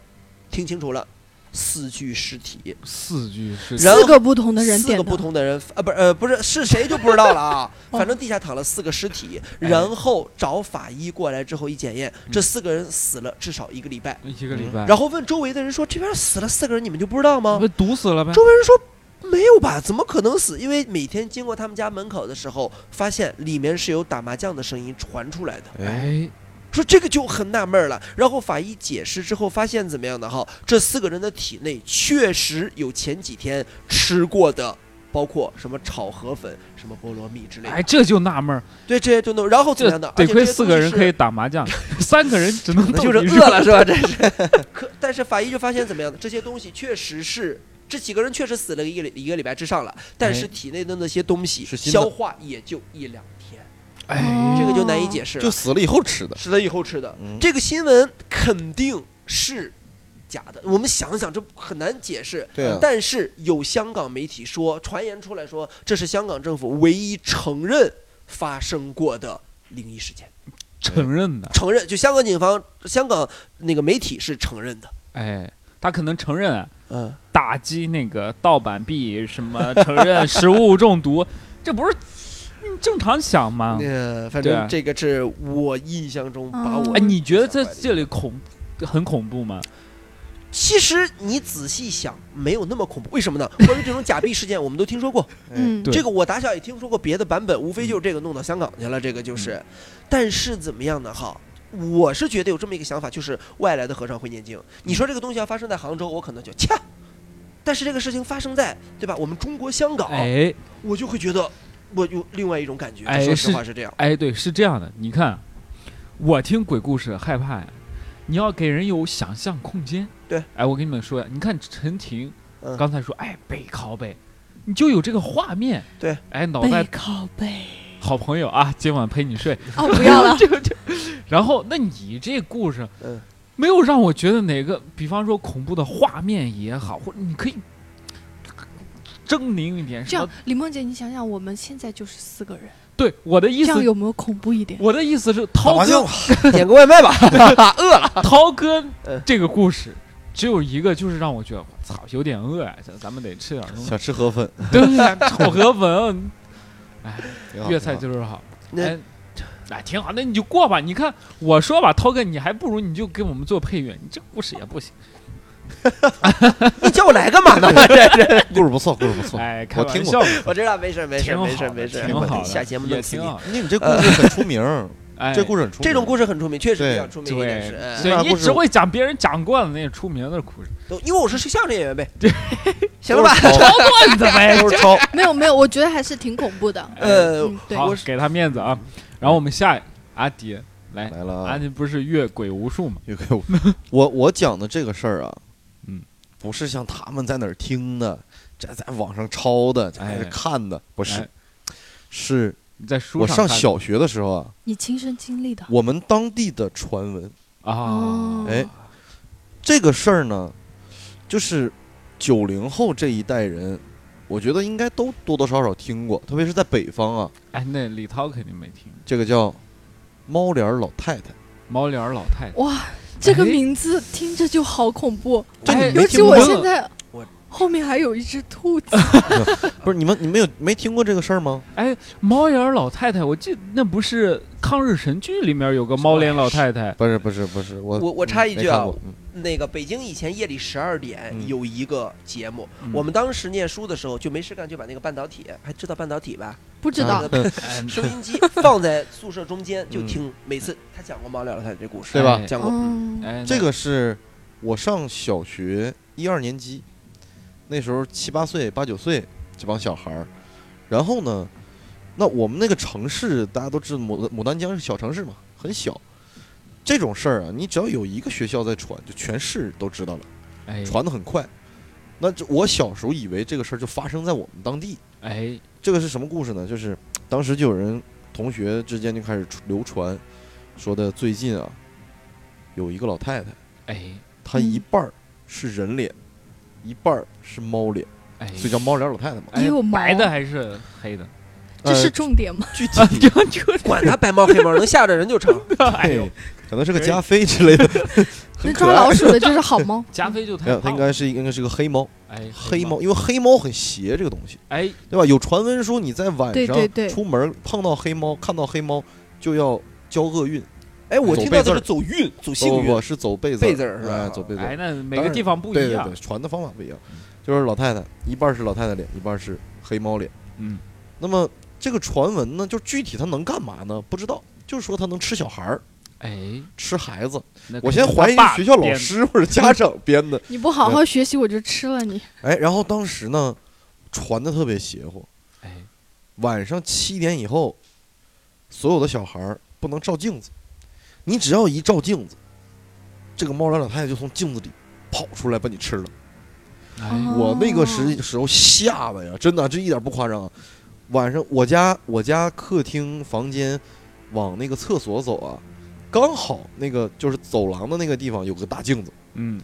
S4: 听清楚了，四具尸体，
S1: 四句是
S4: 然后
S3: 四个不同的人
S4: 四
S3: 点
S4: 个
S3: 的，
S4: 不同的人啊，不是呃不是是谁就不知道 了啊。
S3: 哦
S4: 反正地下躺了四个尸体，
S1: 哎
S4: 然后找法医过来之后一检验，这
S1: 嗯
S4: 四个人死了至少一个礼拜。
S1: 一个礼
S3: 嗯
S1: 拜，
S4: 嗯然后问周围的人说：“这边死了四个人，你们就不知道吗？”
S1: 被毒死了呗。
S4: 周围人说没有吧，怎么可能死？因为每天经过他们家门口的时候，发现里面是有打麻将的声音传出来的，
S2: 哎，
S1: 哎，
S4: 说这个就很纳闷了。然后法医解释之后，发现怎么样的哈？这四个人的体内确实有前几天吃过的。包括什么炒河粉、什么菠萝蜜之类的，
S1: 哎，这就纳闷儿，
S4: 对这些就弄，然后怎么
S1: 这
S4: 样的？
S1: 得
S4: 而且这
S1: 亏
S4: 些
S1: 四
S4: 东
S1: 个
S4: 西
S1: 人
S4: 是
S1: 可以打麻 将，三个人只能
S4: 那就是
S1: 斗地主
S4: 饿了是吧？这是 可，但是法医就发现怎么样呢？这些东西确实是这几个人确实死了一个礼一个礼拜之上了，但是
S1: 哎
S4: 体内的那些东西
S2: 是新的
S4: 消化也就一两天，
S1: 哎，
S4: 这个就难以解释
S2: 就
S4: 了。
S2: 死了以后吃的，
S4: 死了以后吃的，
S2: 嗯
S4: 哎这个新闻肯定是假的。我们想想，这很难解释。
S2: 对啊
S4: 但是有香港媒体说，传言出来说，这是香港政府唯一承认发生过的灵异事件。
S1: 承认的，
S4: 承认，就香港警方、香港那个媒体是承认的。
S1: 哎，他可能承认啊
S4: 嗯，
S1: 打击那个盗版币，什么承认食物中 毒，这不是你正常想吗？
S4: 那反
S1: 对
S4: 正
S1: 啊
S4: 这个是我印象中把我
S3: 哦
S1: 哎，你觉得
S4: 这
S1: 在这里恐很恐怖吗？
S4: 其实你仔细想，没有那么恐怖。为什么 呢？关于这种假币事件，我们都听说过。
S3: 嗯，
S1: 对
S4: 这个我打小也听说过别的版本，无非就是这个弄到香港去了，这个就是。但是怎么样呢？哈，我是觉得有这么一个想法，就是外来的和尚会念经。你说这个东西要发生在杭州，我可能就掐。但是这个事情发生在对吧？我们中国香港，
S1: 哎
S4: 我就会觉得我有另外一种感觉。
S1: 哎
S4: 说实
S1: 是
S4: 话是这样，
S1: 哎，对，是这样的，你看，我听鬼故事害怕呀，你要给人有想象空间。
S4: 对，
S1: 哎，我跟你们说呀，你看陈婷
S4: 嗯
S1: 刚才说，哎，背靠背，你就有这个画面。
S4: 对，
S1: 哎，脑
S3: 背
S1: 袋
S3: 靠背。
S1: 好朋友啊，今晚陪你睡。
S3: 哦， 不要了
S1: ，这个这，然后那你这故事，
S4: 嗯
S1: 没有让我觉得哪个，比方说恐怖的画面也好，或者你可以狰狞一点。什
S3: 这
S1: 么
S3: 样，李梦姐，你想想，我们现在就是四个人，
S1: 对我的意
S3: 这
S1: 思
S3: 样，有没有恐怖一点？
S1: 我的意思是，
S2: 打
S1: 涛
S2: 麻将
S1: 哥
S2: 吧，
S4: 点个外卖吧，饿了。
S1: 涛哥
S4: 嗯
S1: 这个故事。只有一个，就是让我觉得我操，有点饿呀、咱咱们得吃点东西。
S2: 想吃河粉，
S1: 对呀、炒河粉，
S2: 挺好
S1: 粤菜
S2: 挺好
S1: 就是好。
S4: 那
S1: 哎，哎，挺好，那你就过吧。你看我说吧，涛哥，你还不如你就给我们做配乐，你这故事也不行。
S4: 你叫我来干嘛 呢？我这是。
S2: 哎故事不错，故事不错。
S1: 哎，开
S2: 我
S1: 玩
S2: 听
S1: 笑
S2: 过
S1: 嘛，
S4: 我知道，没事儿没事
S1: 挺
S4: 儿
S1: 好
S4: 没事儿
S1: 的，
S4: 没事儿，
S1: 挺好的，
S4: 下节目
S1: 也
S4: 弄死
S1: 挺
S4: 你。
S1: 好的。
S2: 你们这故事很出名儿，
S1: 哎，
S2: 这故事很出名。
S4: 这种故事很出名，确实比较
S2: 对
S4: 出名一点是，
S1: 对，
S4: 嗯
S1: 所
S2: 那
S1: 以你
S2: 故事
S1: 只会讲别人讲过的那出名的故 事，
S4: 都因为我是相声演员呗。
S1: 对，
S4: 行了 吧？
S1: 好段子呗。
S2: 都是抄，
S3: 没有没有，我觉得还是挺恐怖的。
S4: 呃，
S3: 嗯，对，
S1: 好
S4: 我，是
S1: 给他面子啊。然后我们下阿迪来，
S2: 来了
S1: 阿
S2: 啊。
S1: 迪不是阅鬼无数 嘛？
S2: 有给我我我讲的这个事儿啊，
S1: 嗯，
S2: 不是像他们在哪儿听的，这在网上抄的，这
S1: 哎
S2: 在看的，不
S1: 哎
S2: 是，是
S1: 你在书
S2: 我
S1: 上
S2: 上
S1: 看
S2: 小学的时候啊，
S3: 你亲身经历的。哦
S2: 我们当地的传闻，
S1: 啊，
S2: 哎，这个事儿呢，就是九零后这一代人，我觉得应该都多多少少听过，特别是在北方啊，
S1: 哎，那李涛肯定没听，
S2: 这个叫猫脸儿老太太，
S1: 猫脸儿老太太，
S3: 哇，这个
S1: 哎
S3: 名字听着就好恐怖，
S2: 这
S1: 哎
S2: 你
S3: 尤
S2: 没
S3: 其
S2: 听
S1: 过
S3: 我
S1: 吗
S3: 现在
S4: 我
S3: 后面还有一只 兔子。
S2: 不是你们你们有没听过这个事儿吗？
S1: 哎，猫脸儿老太太，我记得那不是抗日神剧里面有个猫脸老太太，
S2: 不是不是不是，我
S4: 我我
S2: 嗯
S4: 插一
S2: 没
S4: 句
S2: 看
S4: 啊
S2: 过嗯
S4: 那个北京以前夜里十二点
S2: 嗯
S4: 有一个节目，
S1: 嗯
S4: 我们当时念书的时候就没事干，就把那个半导体，还知道半导体吧？
S3: 不知道
S2: 啊，嗯
S1: 哎
S4: 收音机放在宿舍中间
S1: 嗯
S4: 就听，每次他讲过猫聊聊他这故事，
S2: 对吧
S4: 讲过，
S3: 嗯，
S1: 哎，
S2: 这个是我上小学一二年级，那时候七八岁、八九岁这帮小孩儿。然后呢，那我们那个城市大家都知道，牡牡丹江是小城市嘛，很小。这种事儿啊，你只要有一个学校在传，就全市都知道了，
S1: 哎
S2: 传的很快。那这我小时候以为这个事儿就发生在我们当地。
S1: 哎
S2: 这个是什么故事呢？就是当时就有人同学之间就开始出流传，说的最近啊，有一个老太太。
S1: 哎
S2: 它
S3: 嗯
S2: 一半儿是人脸，一半儿是猫脸，
S1: 哎，
S2: 所以叫猫脸老太太嘛。
S1: 哎
S3: 也有毛
S1: 白的还是黑的？
S3: 这是
S2: 呃
S3: 重点吗？
S2: 具 体
S4: 管他白猫黑猫，能吓着人 就成。
S1: 哎呦。
S2: 对，可能是个加菲之类的，
S3: 能
S2: 很可
S3: 抓老
S2: 爱。
S3: 鼠的就是好 猫
S1: 加菲就太
S2: 没有，它
S1: 胖
S2: 应
S1: 了，
S2: 该是一应该是个黑猫，
S1: 哎
S2: 黑猫，因为黑猫很邪这个东西，
S1: 哎
S2: 对吧？有传闻说你在晚
S3: 对对对
S2: 上出门碰到黑猫，看到黑猫就要交厄运，
S4: 哎，我
S2: 走
S4: 听到
S2: 背字
S4: 的
S2: 儿
S4: 是走运，走幸
S2: 不
S4: 运
S2: 不，。是走背字儿，
S4: 背字儿是吧
S2: 哎走背字儿
S1: 哎，，那每
S2: 当
S1: 个
S2: 然
S1: 地方不
S2: 对
S1: 一
S2: 对
S1: 样
S2: 对，，传的方法不一样，就是老太太一半儿是老太太脸，一半儿是黑猫脸。
S1: 嗯，
S2: 那么这个传闻呢，就具体它能干嘛呢？不知道，就是说它能吃小孩儿、
S1: 哎，
S2: 吃孩子。
S1: 那
S2: 我
S1: 肯
S2: 先
S1: 定
S2: 怀疑
S1: 他爸
S2: 是学校老
S1: 编
S2: 师或者家长编的。
S3: 你不好好学习，我就吃了你。
S2: 哎，然后当时呢，传的特别邪乎，
S1: 的，哎，
S2: 晚上七点以后，所有的小孩儿不能照镜子，你只要一照镜子，这个猫脸老太太就从镜子里跑出来把你吃了。
S1: 哎
S3: 哦
S2: 我那个时时候吓得呀，真的，这一点不夸张啊。晚上我家我家客厅房间往那个厕所走啊，刚好那个就是走廊的那个地方有个大镜子，
S1: 嗯，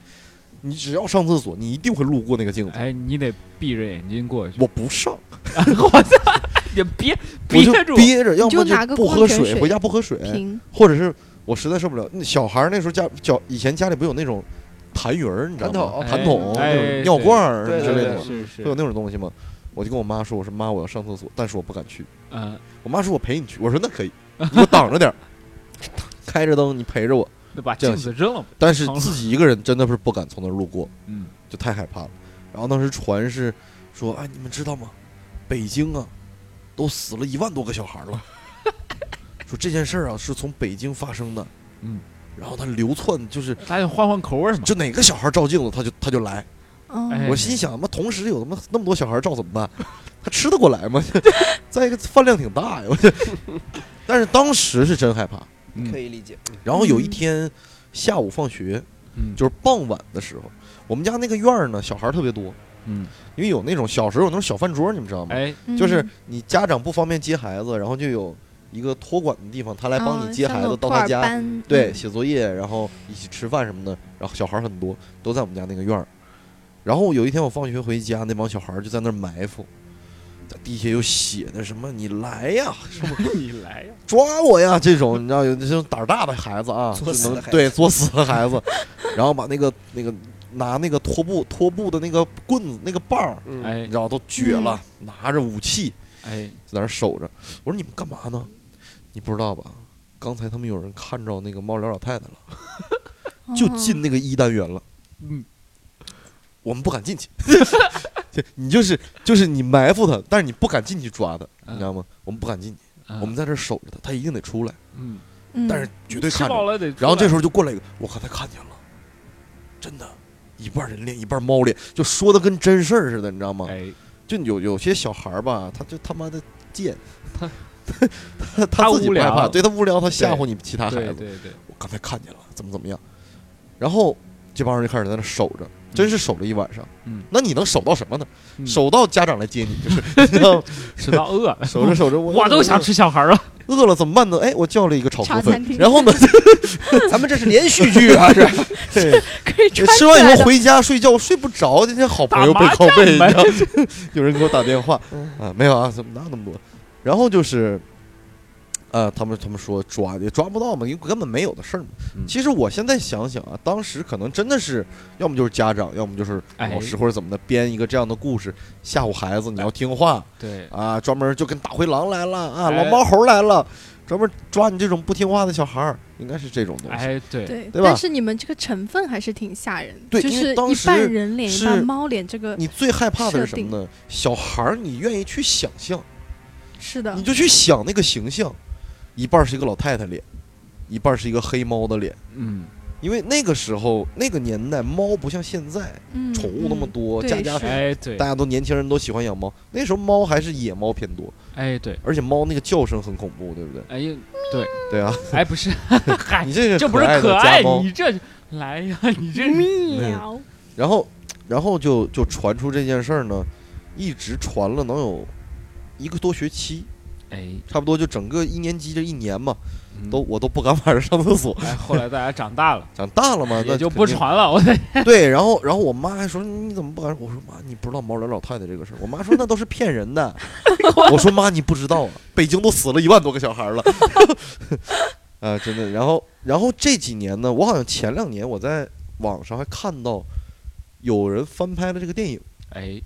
S2: 你只要上厕所，
S1: 哎
S2: 你一定会路过那个镜子。
S1: 哎，你得闭着眼睛过去，
S2: 我不上，
S1: 你别
S2: 我
S1: 憋
S2: 就
S1: 住，
S2: 憋着，要
S3: 就
S2: 么
S3: 拿个
S2: 不
S3: 矿
S2: 喝
S3: 泉
S2: 水，
S3: 水
S2: 回家不喝水，
S3: 瓶
S2: 或者是我实在受不了，那小孩儿那时候家小以前家里不有那种痰盂儿，你知道
S4: 痰
S2: 吗？
S4: 筒
S2: 痰
S1: 哎
S2: 筒、那
S1: 哎
S2: 种尿罐儿
S4: 对
S2: 之类的
S4: 对
S2: 嘛，
S1: 是是
S2: 会有那种东西吗？我就跟我妈说，我说妈，我要上厕所，但是我不敢去。
S1: 嗯，
S2: 我妈说我陪你去，我说那 可以，你给我挡着点儿，开着灯你陪着我。
S1: 那把
S2: 这
S1: 镜
S2: 样
S1: 子扔了吧，
S2: 但是
S1: 好了
S2: 自己一个人真的是不敢从那儿路过，
S1: 嗯，
S2: 就太害怕了。然后当时传是说，哎，你们知道吗？北京啊，都死了一万多个小孩 了。说这件事儿啊是从北京发生的，
S1: 嗯，
S2: 然后他流窜，就是
S1: 咱得换换口味儿嘛，
S2: 就哪个小孩照镜子他就他就来。
S1: 哎
S3: 嗯，
S2: 我心想，妈，同时有他妈那么多小孩照怎么办？ 他吃得过来吗？ 再一个饭量挺大呀，我这。 但是当时是真害怕。
S1: 嗯
S4: 可以理解。嗯
S2: 然后有一
S3: 嗯
S2: 天下午放学，
S1: 嗯，
S2: 就是傍晚的时候，我们家那个院儿呢，小孩儿特别多，
S1: 嗯，
S2: 因为有那种小时候有那种小饭桌，你们知道吗？
S1: 哎，
S2: 就是
S3: 嗯
S2: 你家长不方便接孩子，然后就有一个托管的地方，他来帮
S3: 哦
S2: 你接
S3: 像
S2: 孩
S3: 那
S2: 子
S3: 种
S2: 到
S3: 托
S2: 他
S3: 儿
S2: 家，
S3: 班
S2: 对，
S3: 嗯
S2: 写作业，然后一起吃饭什么的，然后小孩儿很多，都在我们家那个院儿。然后有一天我放学回家，那帮小孩儿就在那儿埋伏，在地下又写的什么“你来呀”什么
S1: 你来呀，
S2: “抓我呀”这种，你知道有这种胆儿大的孩子啊，
S4: 作
S2: 就
S4: 死的
S2: 能
S4: 孩
S2: 对作死的孩子，然后把那个那个拿那个拖布拖布的那个棍子那个棒儿，
S4: 嗯，
S1: 哎
S2: 你知道都撅了，拿着武器
S1: 哎，
S2: 在那儿守着。我说你们干嘛呢？你不知道吧？刚才他们有人看着那个猫脸老太太了。
S3: 嗯
S2: 就进那个一单元了，
S1: 嗯，
S2: 我们不敢进去。 就你就是就是你埋伏他，但是你不敢进去抓他，你知道吗？我们不敢进去，
S1: 嗯
S2: 我们在这儿守着他，他一定得出来，
S1: 嗯，
S3: 嗯，
S2: 但是绝对
S1: 吃
S2: 看
S1: 饱
S2: 着。
S1: 了得出来，
S2: 然后这时
S1: 候
S2: 候就过来一个，我刚才看见了，真的，一半人脸一半猫脸，就说的跟真事儿似的，你知道吗？
S1: 哎，
S2: 就有有些小孩儿吧，他就他妈的贱，
S1: 他
S2: 他他自己
S1: 无
S2: 不害怕，
S1: 聊
S2: 对他无聊，他吓唬你其他孩
S1: 对
S2: 子。
S1: 对对，
S2: 我刚才看见了，怎么怎么样。然后这帮人就开始在那守着，真是守了一晚上。
S1: 嗯
S2: 那你能守到什么呢？
S1: 嗯
S2: 守到家长来接你， 就是你知道吗
S1: 吃到饿 了，
S2: 守着守着，我
S1: 我都想吃小孩儿 了，
S2: 饿了怎么办呢？哎，我叫了一个炒河
S3: 茶餐
S2: 粉，
S3: 厅
S2: 然 后呢，
S4: 咱们这是连续剧啊，是
S2: 对
S3: 可以穿
S2: 吃完以后回家睡觉，我睡不着，今天好朋友被
S1: 打麻
S2: 拷贝，你知
S1: 将
S2: 道吗， 有人给我打电话
S4: 嗯
S2: 啊，没有啊，怎么哪有那么多？然后就是。呃，他们他们说抓也抓不到嘛，因为根本没有的事儿嘛。
S1: 嗯
S2: 其实我现在想想啊，当时可能真的是，要么就是家长，要么就是
S1: 哎
S2: 老师或者怎么的，编一个这样的故事吓唬孩子，你要听话
S1: 对，
S2: 啊，专门就跟大灰狼来了啊，
S1: 哎
S2: 老猫猴来了，专门抓你这种不听话的小孩儿，应该是这种东西。
S1: 哎对，
S3: 对，
S2: 对吧
S3: 但是你们这个成分还是挺吓人的，
S2: 对
S3: 就
S2: 因为
S3: 是
S2: 当
S3: 一
S2: 时
S3: 半人脸一半
S2: 是
S3: 猫脸，这个
S2: 你最害怕的是
S3: 设
S2: 什么呢？小孩儿，你愿意去想象，
S3: 是的
S1: 嗯
S2: 你，就去想那个形象，一半儿是一个老太太脸，一半儿是一个黑猫的脸。
S1: 嗯，
S2: 因为那个时候那个年代，猫不像现在
S3: 嗯
S2: 宠物那么
S3: 嗯
S2: 多，
S3: 对
S2: 家家
S3: 是
S1: 哎对
S2: 大，家都年轻人都喜欢养猫。那时候猫还是野猫偏多，
S1: 哎 对，
S2: 而且猫那个叫声很恐怖，对不对？
S1: 哎呀，
S2: 对啊，
S1: 哎不 是，嗨
S2: 你，这是
S1: 哎这不是
S2: 爱
S1: 可
S2: 的
S1: 爱
S2: 家，猫。
S1: 你这来呀，你这
S3: 喵，
S2: 然后，然后就就传出这件事儿呢，一直传了能有一个多学期，
S1: 哎
S2: 差不多就整个一年级这一年嘛，
S1: 嗯
S2: 都我都不敢晚上上厕所。
S1: 哎，后来大家长大了，
S2: 长大了 嘛，那
S1: 也就不
S2: 肯定
S1: 传了。我 得
S2: 对，然后然后我妈还说你怎么不敢？我说妈，你不知道毛脸老太太这个事儿。我妈说那都是骗人 的。我说妈，你不知道啊，北京都死了一万多个小孩了。 啊，真的。然后然后这几年呢，我好像前两年我在网上还看到有人翻拍了这个电影，
S1: 哎，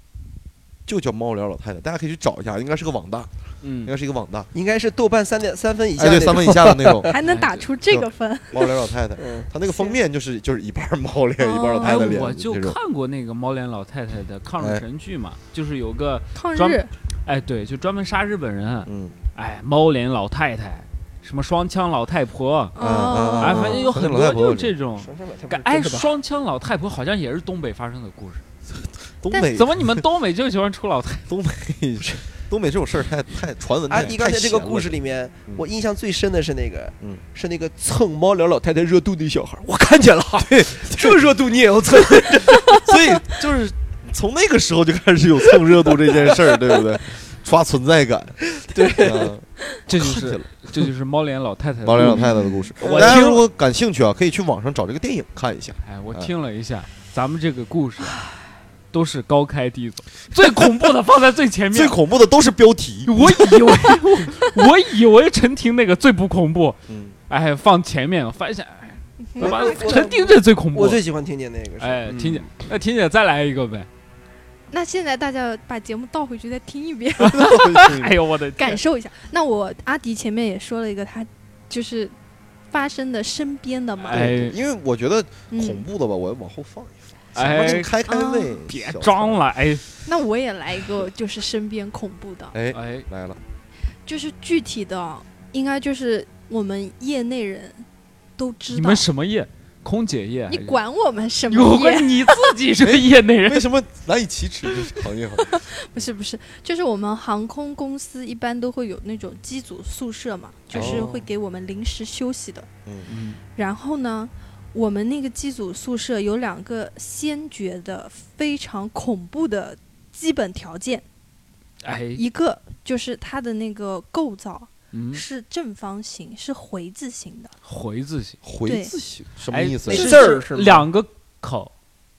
S2: 就叫《猫脸老太太》，大家可以去找一下，应该是个网大，应
S1: 嗯，
S2: 该是一个网大。
S4: 应该是豆瓣三点三分以下
S2: 哎，
S4: 那
S2: 对，
S4: 种
S2: 三分以下的 那种
S3: 还能打
S1: 哎
S3: 出这
S2: 就
S3: 个分，
S2: 猫脸老太太。
S4: 嗯，
S2: 它那个封面就是就是一半儿猫脸，一半儿老
S1: 哎
S2: 太太脸，
S1: 我就
S2: 这种
S1: 看过那个猫脸老太太的抗日
S2: 哎
S1: 神剧嘛，就是有个
S3: 抗
S1: 专
S3: 日
S1: 哎，对，就专门杀日本人，
S2: 嗯，
S1: 哎，猫脸老太太，什么双枪老太婆，
S3: 哦
S2: 嗯嗯
S1: 哎，
S2: 嗯
S1: 反正有
S2: 双枪
S1: 很
S2: 老
S1: 多
S2: 太婆
S1: 就是
S2: 有
S1: 这种。
S4: 双
S1: 感哎，双枪老太婆好像也是东北发生的故事，
S2: 东
S3: 但
S2: 北
S1: 怎么你们东北就喜欢出老太？
S2: 东北东北这种事儿太太传闻
S4: 啊，
S2: 太。
S4: 你刚才
S2: 太
S4: 这个
S2: 闲
S4: 故
S2: 了
S4: 事里面
S2: 嗯，
S4: 我印象最深的是那个，
S2: 嗯
S4: 是那个蹭猫粮老太太热度的小孩儿，我看见了，这热度你也要蹭？
S2: 所以就是从那个时候就开始有蹭热度这件事儿，对不对？刷存在感，
S4: 对
S2: 啊，
S1: 这就
S2: 看见
S1: 是
S2: 了
S1: 这 就是猫脸老太太的
S2: 毛脸老
S1: 故事
S2: 太太的故事。
S1: 我
S2: 大家
S1: 听
S2: 如果感兴趣啊，可以去网上找这个电影看一下。
S1: 哎，我听了一下咱们这个故事，都是高开低 走，最恐怖的放在最前
S2: 最
S1: 面。
S2: 恐怖的都是标题。
S1: 我以为 我我以为 陈婷那个最不恐怖，
S2: 嗯，
S1: 哎，放前面，发现哎，
S3: 嗯
S1: 他妈
S4: 我
S1: 陈婷这最恐怖。
S4: 我最喜欢听见那个是，
S1: 哎，
S4: 嗯
S1: 婷姐，那婷姐再来一个呗。
S3: 那现在大家把节目倒回去再听一遍，
S2: 嗯
S1: 哎呦我的天
S3: 感受一下。那我阿迪前面也说了一个，他就是发生的身边的嘛，
S1: 哎
S2: 因为我觉得恐
S3: 嗯，
S2: 怖的吧，我要往后放一放，
S1: 哎
S2: 咱们开开
S4: 啊
S2: 胃，
S1: 别
S2: 小
S1: 装。了，哎
S3: 那我也来一个，就是身边恐怖的，
S2: 哎，
S1: 哎，
S2: 来了，
S3: 就是具体的，应该就是我们业内人都知
S1: 你
S3: 道
S1: 们。什么业？空姐业？
S3: 你？管我们什
S1: 有
S3: 么业？
S1: 关你自己是个业内人
S2: 为什么难以启齿这是行业 好？
S3: 不是不是，就是我们航空公司一般都会有那种机组宿舍嘛，就是
S2: 哦
S3: 会给我们临时休息的。
S2: 嗯，
S1: 嗯。
S3: 然后呢，我们那个机组宿舍有两个先决的非常恐怖的基本条件，
S1: 哎，
S3: 一个就是它的那个构造
S1: 嗯，
S3: 是正方形，是回字形的，
S1: 回字形，
S2: 回字形什么
S1: 哎
S2: 意思啊呀？
S4: 那
S3: 是
S4: 字儿是吗
S1: 两个口，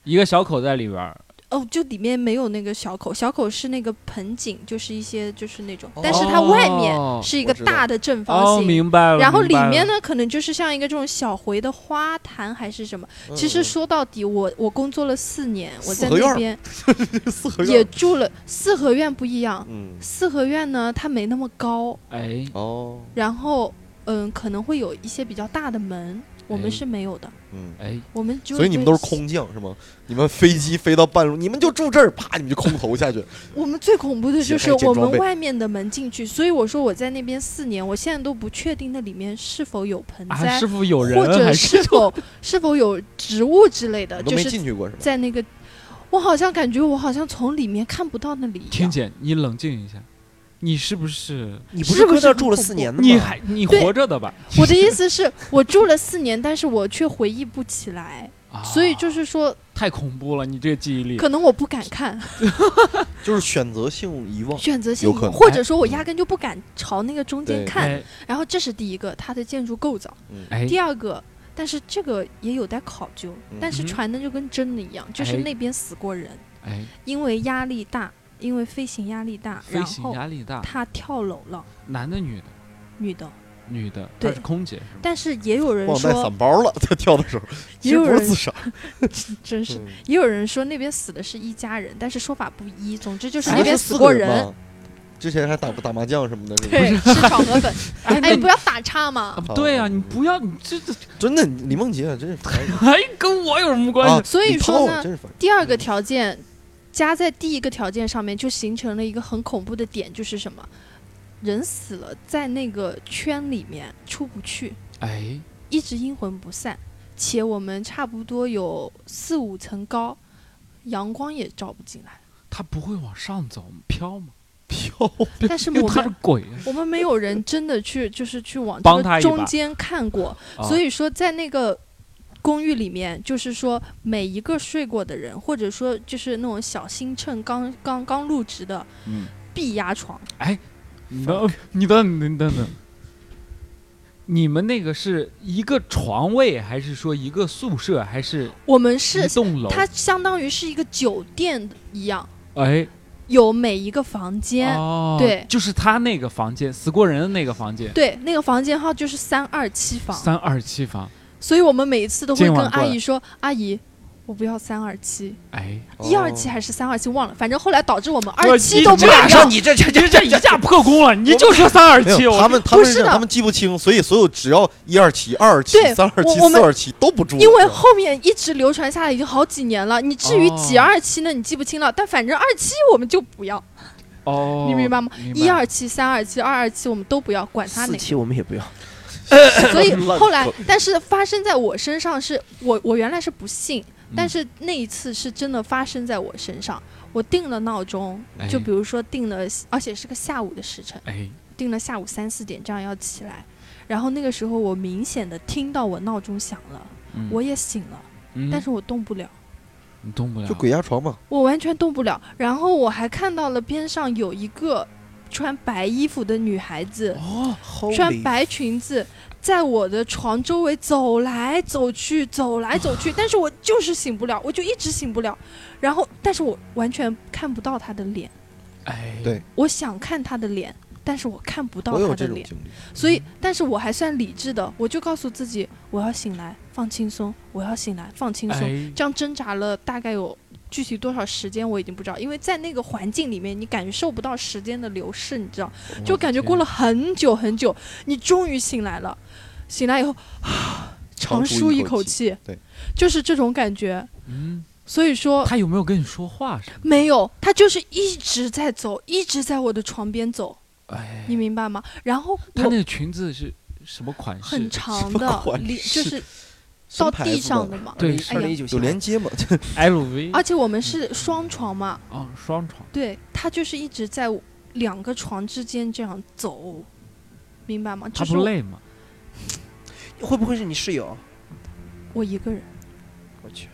S1: 一个小口在里边儿。
S3: 哦，就里面没有那个小口，小口是那个盆景，就是一些就是那种，但是它外面
S1: 哦
S3: 是一个
S2: 我知道
S3: 大的正
S1: 哦，
S3: 方形。
S1: 明白了。
S3: 然后里
S1: 明白了
S3: 面？呢，可能就是像一个这种小回的花坛还是什么。
S2: 嗯
S3: 其实说到底，我我工作了四年，我
S2: 四
S3: 在
S2: 合院
S3: 那
S2: 儿
S3: 边
S2: 嗯四合
S3: 也
S2: 院，
S3: 住了。四合院不一样，
S2: 嗯，
S3: 四合院呢，它没那么高，
S1: 哎，
S2: 哦，
S3: 然后嗯，可能会有一些比较大的门，我
S1: 哎
S3: 们是没有的，
S2: 嗯，
S1: 哎，
S3: 我们就
S2: 所以你们都是，空降是吗？你们飞机飞到半路，你们就住这儿，啪，你们就空投下去。
S3: 我们最恐怖的
S2: 携带
S3: 就是
S2: 建
S3: 我
S2: 装备
S3: 们外面的门进去，所以我说我在那边四年，我现在都不确定那里面是否有盆
S1: 啊，
S3: 栽，
S1: 师傅有人
S3: 或者
S1: 还
S3: 是否是否有植物之类的，
S2: 你都
S3: 呃就
S2: 没
S3: 是
S2: 进去过是吧？
S3: 在那个，我好像感觉我好像从里面看不到那里一
S1: 婷
S3: 样。
S1: 姐，你冷静一下，你是不是？
S4: 你不
S3: 是不
S4: 搁
S3: 是
S4: 那儿
S3: 很
S4: 住了
S3: 恐
S4: 四
S3: 怖
S4: 年的吗？
S1: 你还你
S3: 对
S1: 活着的吧？
S3: 我的意思是我住了四年，但是我却回忆不起来，
S1: 啊
S3: 所以就是说，
S1: 太恐怖了，你这个记忆力。
S3: 可能我不敢看，
S2: 就是选择性遗
S1: 哦
S2: 忘。
S3: 选择性
S2: 有可能
S3: 或者
S1: 嗯
S3: 说我压根就不敢朝那个中间
S2: 对
S3: 看。
S1: 哎
S3: 然后这是第一个，它的建筑构造；
S1: 哎，
S3: 第二个，但是这个也有待考究
S2: 嗯。
S3: 但是
S1: 嗯
S3: 传的就跟真的一样，就是
S1: 哎
S3: 那边死过人，
S1: 哎，
S3: 因为压力大，因为飞行压力大，
S1: 飞
S3: 然
S1: 行
S3: 后
S1: 压力大，
S3: 他跳楼了，
S1: 男的女的，
S3: 女的。
S1: 女的，她
S3: 对
S1: 是空姐是吗？
S3: 但是也有人
S2: 忘带
S3: 说
S2: 伞，包了，他跳的时候，其
S3: 也
S2: 实
S3: 有
S2: 不是
S3: 人
S2: 自杀，
S3: 真是
S2: 嗯
S3: 也有人说那边死的是一家人，但是说法不一。总之就是
S2: 哎
S3: 那边
S2: 是
S3: 死
S2: 四
S3: 过
S2: 个人
S3: 人，
S2: 吗。之前还打过打麻将什么的，是吧
S3: 对，吃炒河粉。
S1: 哎
S3: 哎，
S1: 那
S3: 不要打岔嘛。
S1: 啊对呀，你不要你这这，
S2: 真的，李梦洁啊真是烦人
S1: 哎，跟我有什么关
S2: 啊
S1: 系？
S3: 所以
S2: 你泡
S3: 说
S2: 我
S3: 呢，
S2: 真是烦人。
S3: 第二个条件加在第一个条件上面，就形成了一个很恐怖的点，就是什么？人死了，在那个圈里面出不去，
S1: 哎，
S3: 一直阴魂不散，且我们差不多有四五层高，阳光也照不进来。
S1: 他不会往上走飘吗？
S2: 飘，
S3: 但是
S1: 因为
S3: 我
S1: 他
S3: 们
S1: 是鬼啊，
S3: 我们没有人真的去， 就是去往
S1: 帮
S3: 这
S1: 他
S3: 个
S1: 一把
S3: 中间看过，
S1: 啊
S3: 所以说在那个公寓里面，就是说每一个睡过的人，或者说就是那种小新秤刚刚刚入职的
S1: 嗯，
S3: 必压床，嗯
S1: 你等，你等，你等等。你们那个是一个床位，还是说一个宿舍，还是
S3: 我们
S1: 一
S3: 是
S1: 栋楼？
S3: 它相当于是一个酒店一样，
S1: 哎，
S3: 有每一个房间，
S1: 哦，
S3: 对
S1: 就是他那个房间，死过人的那个房间，
S3: 对，那个房间号就是三二七房，
S1: 三二七房。
S3: 所以我们每一次都会
S1: 今
S3: 跟
S1: 晚过
S3: 阿
S1: 来
S3: 姨说，阿姨。我不要三二七，
S1: 哎，
S3: 一二七还是三二七忘了，反正后来导致我们二七
S1: 你
S3: 都不
S1: 这
S3: 敢要
S4: 上。你这这这
S1: 这一下破功了， 你就说三二
S2: 没
S1: 七，
S2: 有，
S1: 我
S2: 他们他们
S3: 不是
S2: 这样
S3: 的
S2: 他们记不清，所以所有只要一二七、二二七、
S3: 对
S2: 三二七、
S3: 我我
S2: 四
S3: 们
S2: 二七都不住了，
S3: 因为
S2: 是吧
S3: 后面一直流传下来已经好几年了，你至于几
S1: 哦
S3: 二期呢？你记不清了，但反正二期我们就不要，
S1: 哦，
S3: 你明白吗？
S1: 明白
S3: 一二期、三二期、二二期我们都不要，管它
S4: 四
S3: 哪
S4: 期我们也不要，
S3: 个。 所以
S2: 烂
S3: 后来
S2: 梗，
S3: 但是发生在我身上是我我原来是不信，
S1: 嗯
S3: 但是那一次是真的发生在我身上。我定了闹钟，
S1: 哎
S3: 就比如说定了，而且是个下午的时辰，
S1: 哎，
S3: 定了下午三四点这样要起来。然后那个时候我明显的听到我闹钟响了，
S1: 嗯
S3: 我也醒了，
S1: 嗯
S3: 但是我动不了。
S1: 你动不了，
S2: 就鬼压床嘛，
S3: 我完全动不了。然后我还看到了边上有一个穿白衣服的女孩子，
S1: 哦，
S3: 穿白裙子，在我的床周围走来走去，走来走 去，但是我就是醒不了，我就一直醒不了。然后，但是我完全看不到他的脸，
S1: 哎，
S2: 对
S3: 我想看他的脸，但是我看不到
S2: 我有
S3: 他
S2: 这
S3: 的
S2: 种
S3: 脸。
S2: 经历，
S3: 所以，但是我还算理智的，我就告诉自己，我要醒来，放轻松，我要醒来，放轻松。
S1: 哎，
S3: 这样挣扎了大概有具体多少时间，我已经不知道，因为在那个环境里面，你感受不到时间的流逝，你知道，就感觉过了很久很久，你终于醒来了，醒来以后
S2: 长
S3: 长舒
S2: 一
S3: 口
S2: 气。
S3: 气，
S2: 对，
S3: 就是这种感觉。
S1: 嗯，
S3: 所以说
S1: 他有没有跟你说话什么？
S3: 没有，他就是一直在走，一直在我的床边走，
S1: 哎，
S3: 你明白吗？然后
S1: 他那
S3: 我
S1: 个裙子是什么款式
S3: 很？长
S2: 什么
S3: 的
S2: 款，
S3: 连
S2: 式
S3: 就是
S2: 什
S3: 到
S2: 么牌
S3: 地
S2: 子
S3: 上
S2: 的
S3: 的嘛，
S1: 对，
S3: 哎
S4: 二
S3: 呀
S4: 零一九
S2: 有连接吗？
S3: 哎
S1: LV
S3: 而且我们是双床嘛，
S1: 啊，双床。
S3: 对他就是一直在两个床之间这样走，明白吗？
S1: 他
S3: 就是
S1: 不
S3: 我
S1: 累吗？
S4: 会不会是你室友？
S3: 我一个人，
S4: 我去，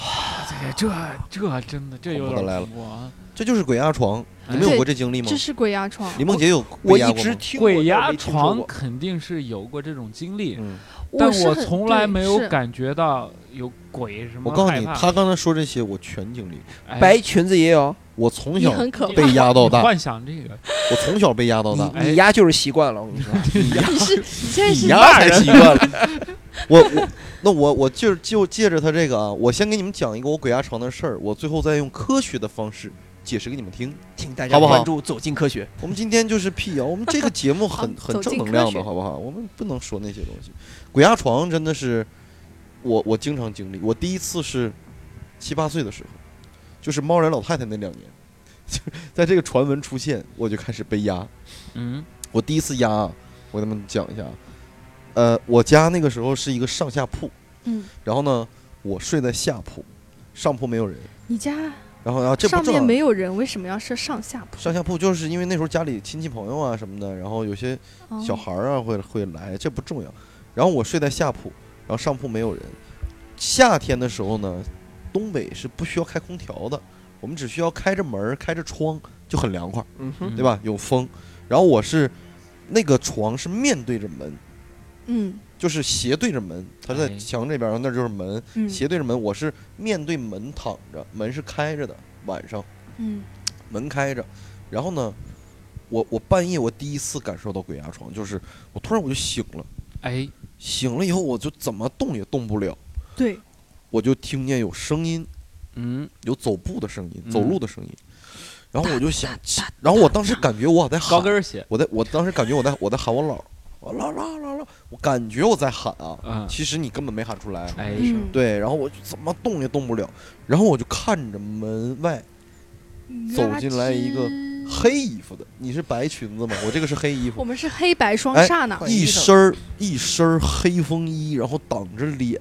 S1: 哎这这这真的这有
S2: 恐怖
S1: 点
S2: 的来了
S1: 恐怖啊！
S2: 这就是鬼压床，
S1: 哎
S2: 你们有
S3: 对
S2: 过这经历吗
S3: 这？是鬼压床。
S2: 李梦洁有
S4: 我
S2: 被压
S4: 一
S2: 过
S4: 直
S2: 吗？
S4: 听过
S1: 鬼
S4: 但我
S1: 压
S4: 没听说
S1: 床
S4: 过
S1: 肯定是有过这种经历，
S2: 嗯，
S3: 我
S1: 但
S3: 是
S1: 我
S3: 很
S1: 从来
S3: 对
S1: 没有
S3: 是
S1: 感觉到有鬼什么
S2: 我告诉
S1: 害
S2: 你，
S1: 怕
S2: 他刚才说这些我全经历，
S1: 哎
S4: 白裙子也有，
S2: 我从
S3: 你
S2: 小
S3: 很可怕，
S2: 被压到
S1: 你
S2: 大，
S1: 幻想这 个
S2: 我从小被压到 大，
S1: 哎
S4: 你你压就是习惯了。我跟你说，
S3: 你是你现在
S2: 你
S3: 是
S2: 压才习惯了。我我那我我就就借着他这个啊，我先给你们讲一个我鬼压床的事儿，我最后再用科学的方式解释给你们听。
S4: 请大
S2: 好
S4: 家
S2: 不好
S4: 关注《走进科学
S2: 我们今天就是辟谣，我们这个节目很
S3: 好
S2: 很
S3: 走
S2: 正
S3: 进
S2: 能
S3: 科
S2: 量的，
S3: 学
S2: 好不好？我们不能说那些东西。鬼压床真的是我我经常经历，我第一次是七八岁的时候，就是猫然老太太那两年， 就在这个传闻出现，我就开始被压。
S1: 嗯
S2: 我第一次压，啊，我给你们讲一下啊，呃，我家那个时候是一个上下铺，
S3: 嗯，
S2: 然后呢，我睡在下铺，上铺没有人，
S3: 你家
S2: 然后啊，这不
S3: 上
S2: 正
S3: 面
S2: 好
S3: 没有人，为什么要设上下铺？
S2: 上下铺，就是因为那时候家里亲戚朋友啊什么的，然后有些
S3: 哦
S2: 小孩儿啊会会来，这不重要。然后我睡在下铺，然后上铺没有人。夏天的时候呢，东北是不需要开空调的，我们只需要开着门儿、开着窗就很凉快，》。
S4: 嗯哼，
S2: 对吧？有风。然后我是那个床是面对着门，
S3: 嗯
S2: 就是斜对着门，它是在
S1: 哎
S2: 墙这边儿，然后那就是门，
S3: 嗯
S2: 斜对着门。我是面对门躺着，门是开着的，晚上
S3: 嗯
S2: 门开着。然后呢，我我半夜我第一次感受到鬼压床，就是我突然我就醒了。
S1: 哎，
S2: 醒了以后，我就怎么动也动不了，
S3: 对，
S2: 我就听见有声音，
S1: 嗯，
S2: 有走步的声音，
S1: 嗯
S2: 走路的声音。然后我就想，然后我当时感觉我好在
S1: 高
S2: 喊，
S1: 跟鞋，
S2: 我在我当时感觉我在我在喊我姥儿，我姥姥姥姥，我感觉我在喊啊，
S1: 嗯，
S2: 其实你根本没喊出来。
S1: 哎，
S3: 嗯，
S2: 对，然后我就怎么动也动不了，然后我就看着门外走进来一个
S3: 嗯
S2: 黑衣服的，你是白裙子吗？我这个是黑衣服
S3: 我，们是黑白双
S2: 哎
S3: 煞呢
S4: 快，
S2: 一身儿一身儿黑风衣，然后挡着脸，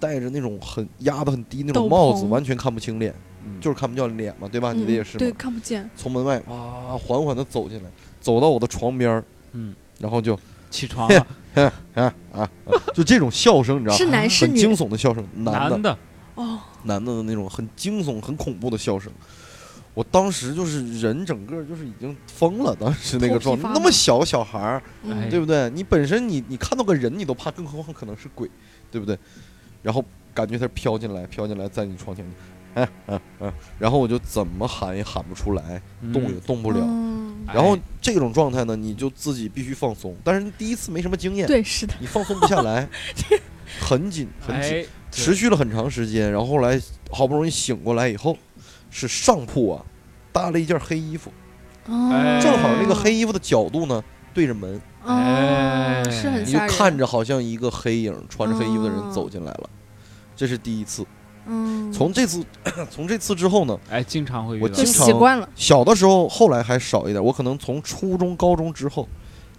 S2: 戴着那种很压得很低那种
S3: 斗
S2: 帽子，
S3: 篷
S2: 完全看不清脸，
S1: 嗯
S2: 就是看不见脸嘛，对吧？你
S3: 嗯
S2: 的也是
S3: 对，
S2: 嘛。
S3: 看不见，
S2: 从门
S4: 嗯
S2: 外
S1: 哦
S2: 哇，缓缓地走进来，走到我的床边儿，
S1: 嗯，
S2: 然后就
S1: 起床了，
S2: 啊啊，啊就这种笑声，你知道吗？
S3: 是男是
S2: 啊很
S3: 女
S2: 惊？悚的笑声，男的
S1: 男的，
S3: 哦，
S2: 男的的那种很惊悚、很恐怖的笑声。我当时就是人整个就是已经疯了，当时那个
S3: 头
S2: 状
S3: 皮发
S2: 态，那么
S3: 麻
S2: 小小孩儿，
S1: 哎
S3: 嗯
S2: 对不对？你本身你你看到个人你都怕，更何况可能是鬼，对不对？然后感觉它飘进来，飘进来在你床前，哎哎哎，然后我就怎么喊也喊不出来，
S1: 嗯
S2: 动也动不了。
S3: 嗯
S1: 哎
S2: 然后这种状态呢，你就自己必须放松，但是第一次没什么经验，
S3: 对，是的，
S2: 你放松不下来，很紧很紧，
S1: 哎，
S2: 持续了很长时间。然后后来好不容易醒过来以后，是上铺啊，搭了一件黑衣服，
S1: 哎
S2: 正好那个黑衣服的角度呢对着门。
S3: 哦，是很
S2: 哎你就
S3: 吓人。
S2: 看着好像一个黑影，穿着黑衣服的人走进来了，这是第一次。
S3: 哦嗯，
S2: 从这次， 从这次之后呢，
S1: 哎，经常会遇
S2: 我
S1: 到
S3: 就
S2: 经常
S3: 习惯了，
S2: 小的时候，后来还少一点，我可能从初中、高中之后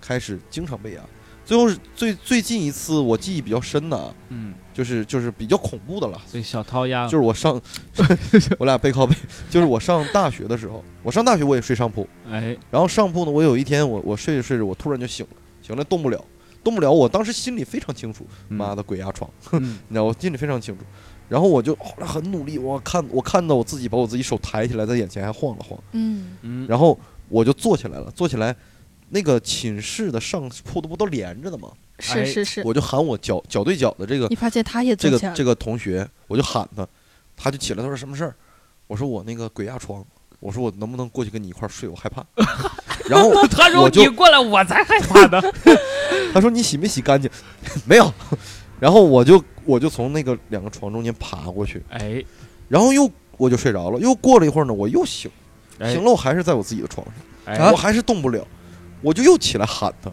S2: 开始经常被压。最后是最最近一次我记忆比较深的，啊，
S1: 嗯，
S2: 就是就是比较恐怖的了，
S1: 被小涛压
S3: 啊
S1: 了，
S2: 就是我上， 我俩背靠背，就是我上大学的时 候，我上大学我也睡上铺，
S1: 哎，
S2: 然后上铺呢，我有一天我我睡着睡着，我突然就醒了，醒了动不了，动不了，我当时心里非常清楚，妈
S1: 的，
S2: 的鬼压床。
S1: 嗯
S2: 你知道，我心里非常清楚。然后我就后来很努力，我看我看到我自己把我自己手抬起来，在眼前还晃了晃，
S3: 嗯
S1: 嗯，
S2: 然后我就坐起来了，坐起来，那个寝室的上铺的不都连着的吗？
S1: 哎
S3: 是是是，
S2: 我就喊我脚脚对脚的这个
S3: 你发现他也
S2: 这
S3: 坐
S2: 个
S3: 起来了，
S2: 这个同学，我就喊他，他就起来，他说什么事儿？我说我那个鬼压床，我说我能不能过去跟你一块儿睡？我害怕。 然后
S1: 他说
S2: 我就
S1: 你过来，我才害怕 呢。
S2: 他说你洗没洗干净？ 没有。然后我就我就从那个两个床中间爬过去，
S1: 哎，
S2: 然后又我就睡着了。又过了一会儿呢，我又醒，
S1: 哎
S2: 醒了我还是在我自己的床上，
S1: 哎
S2: 我还是动不了，啊我就又起来喊他，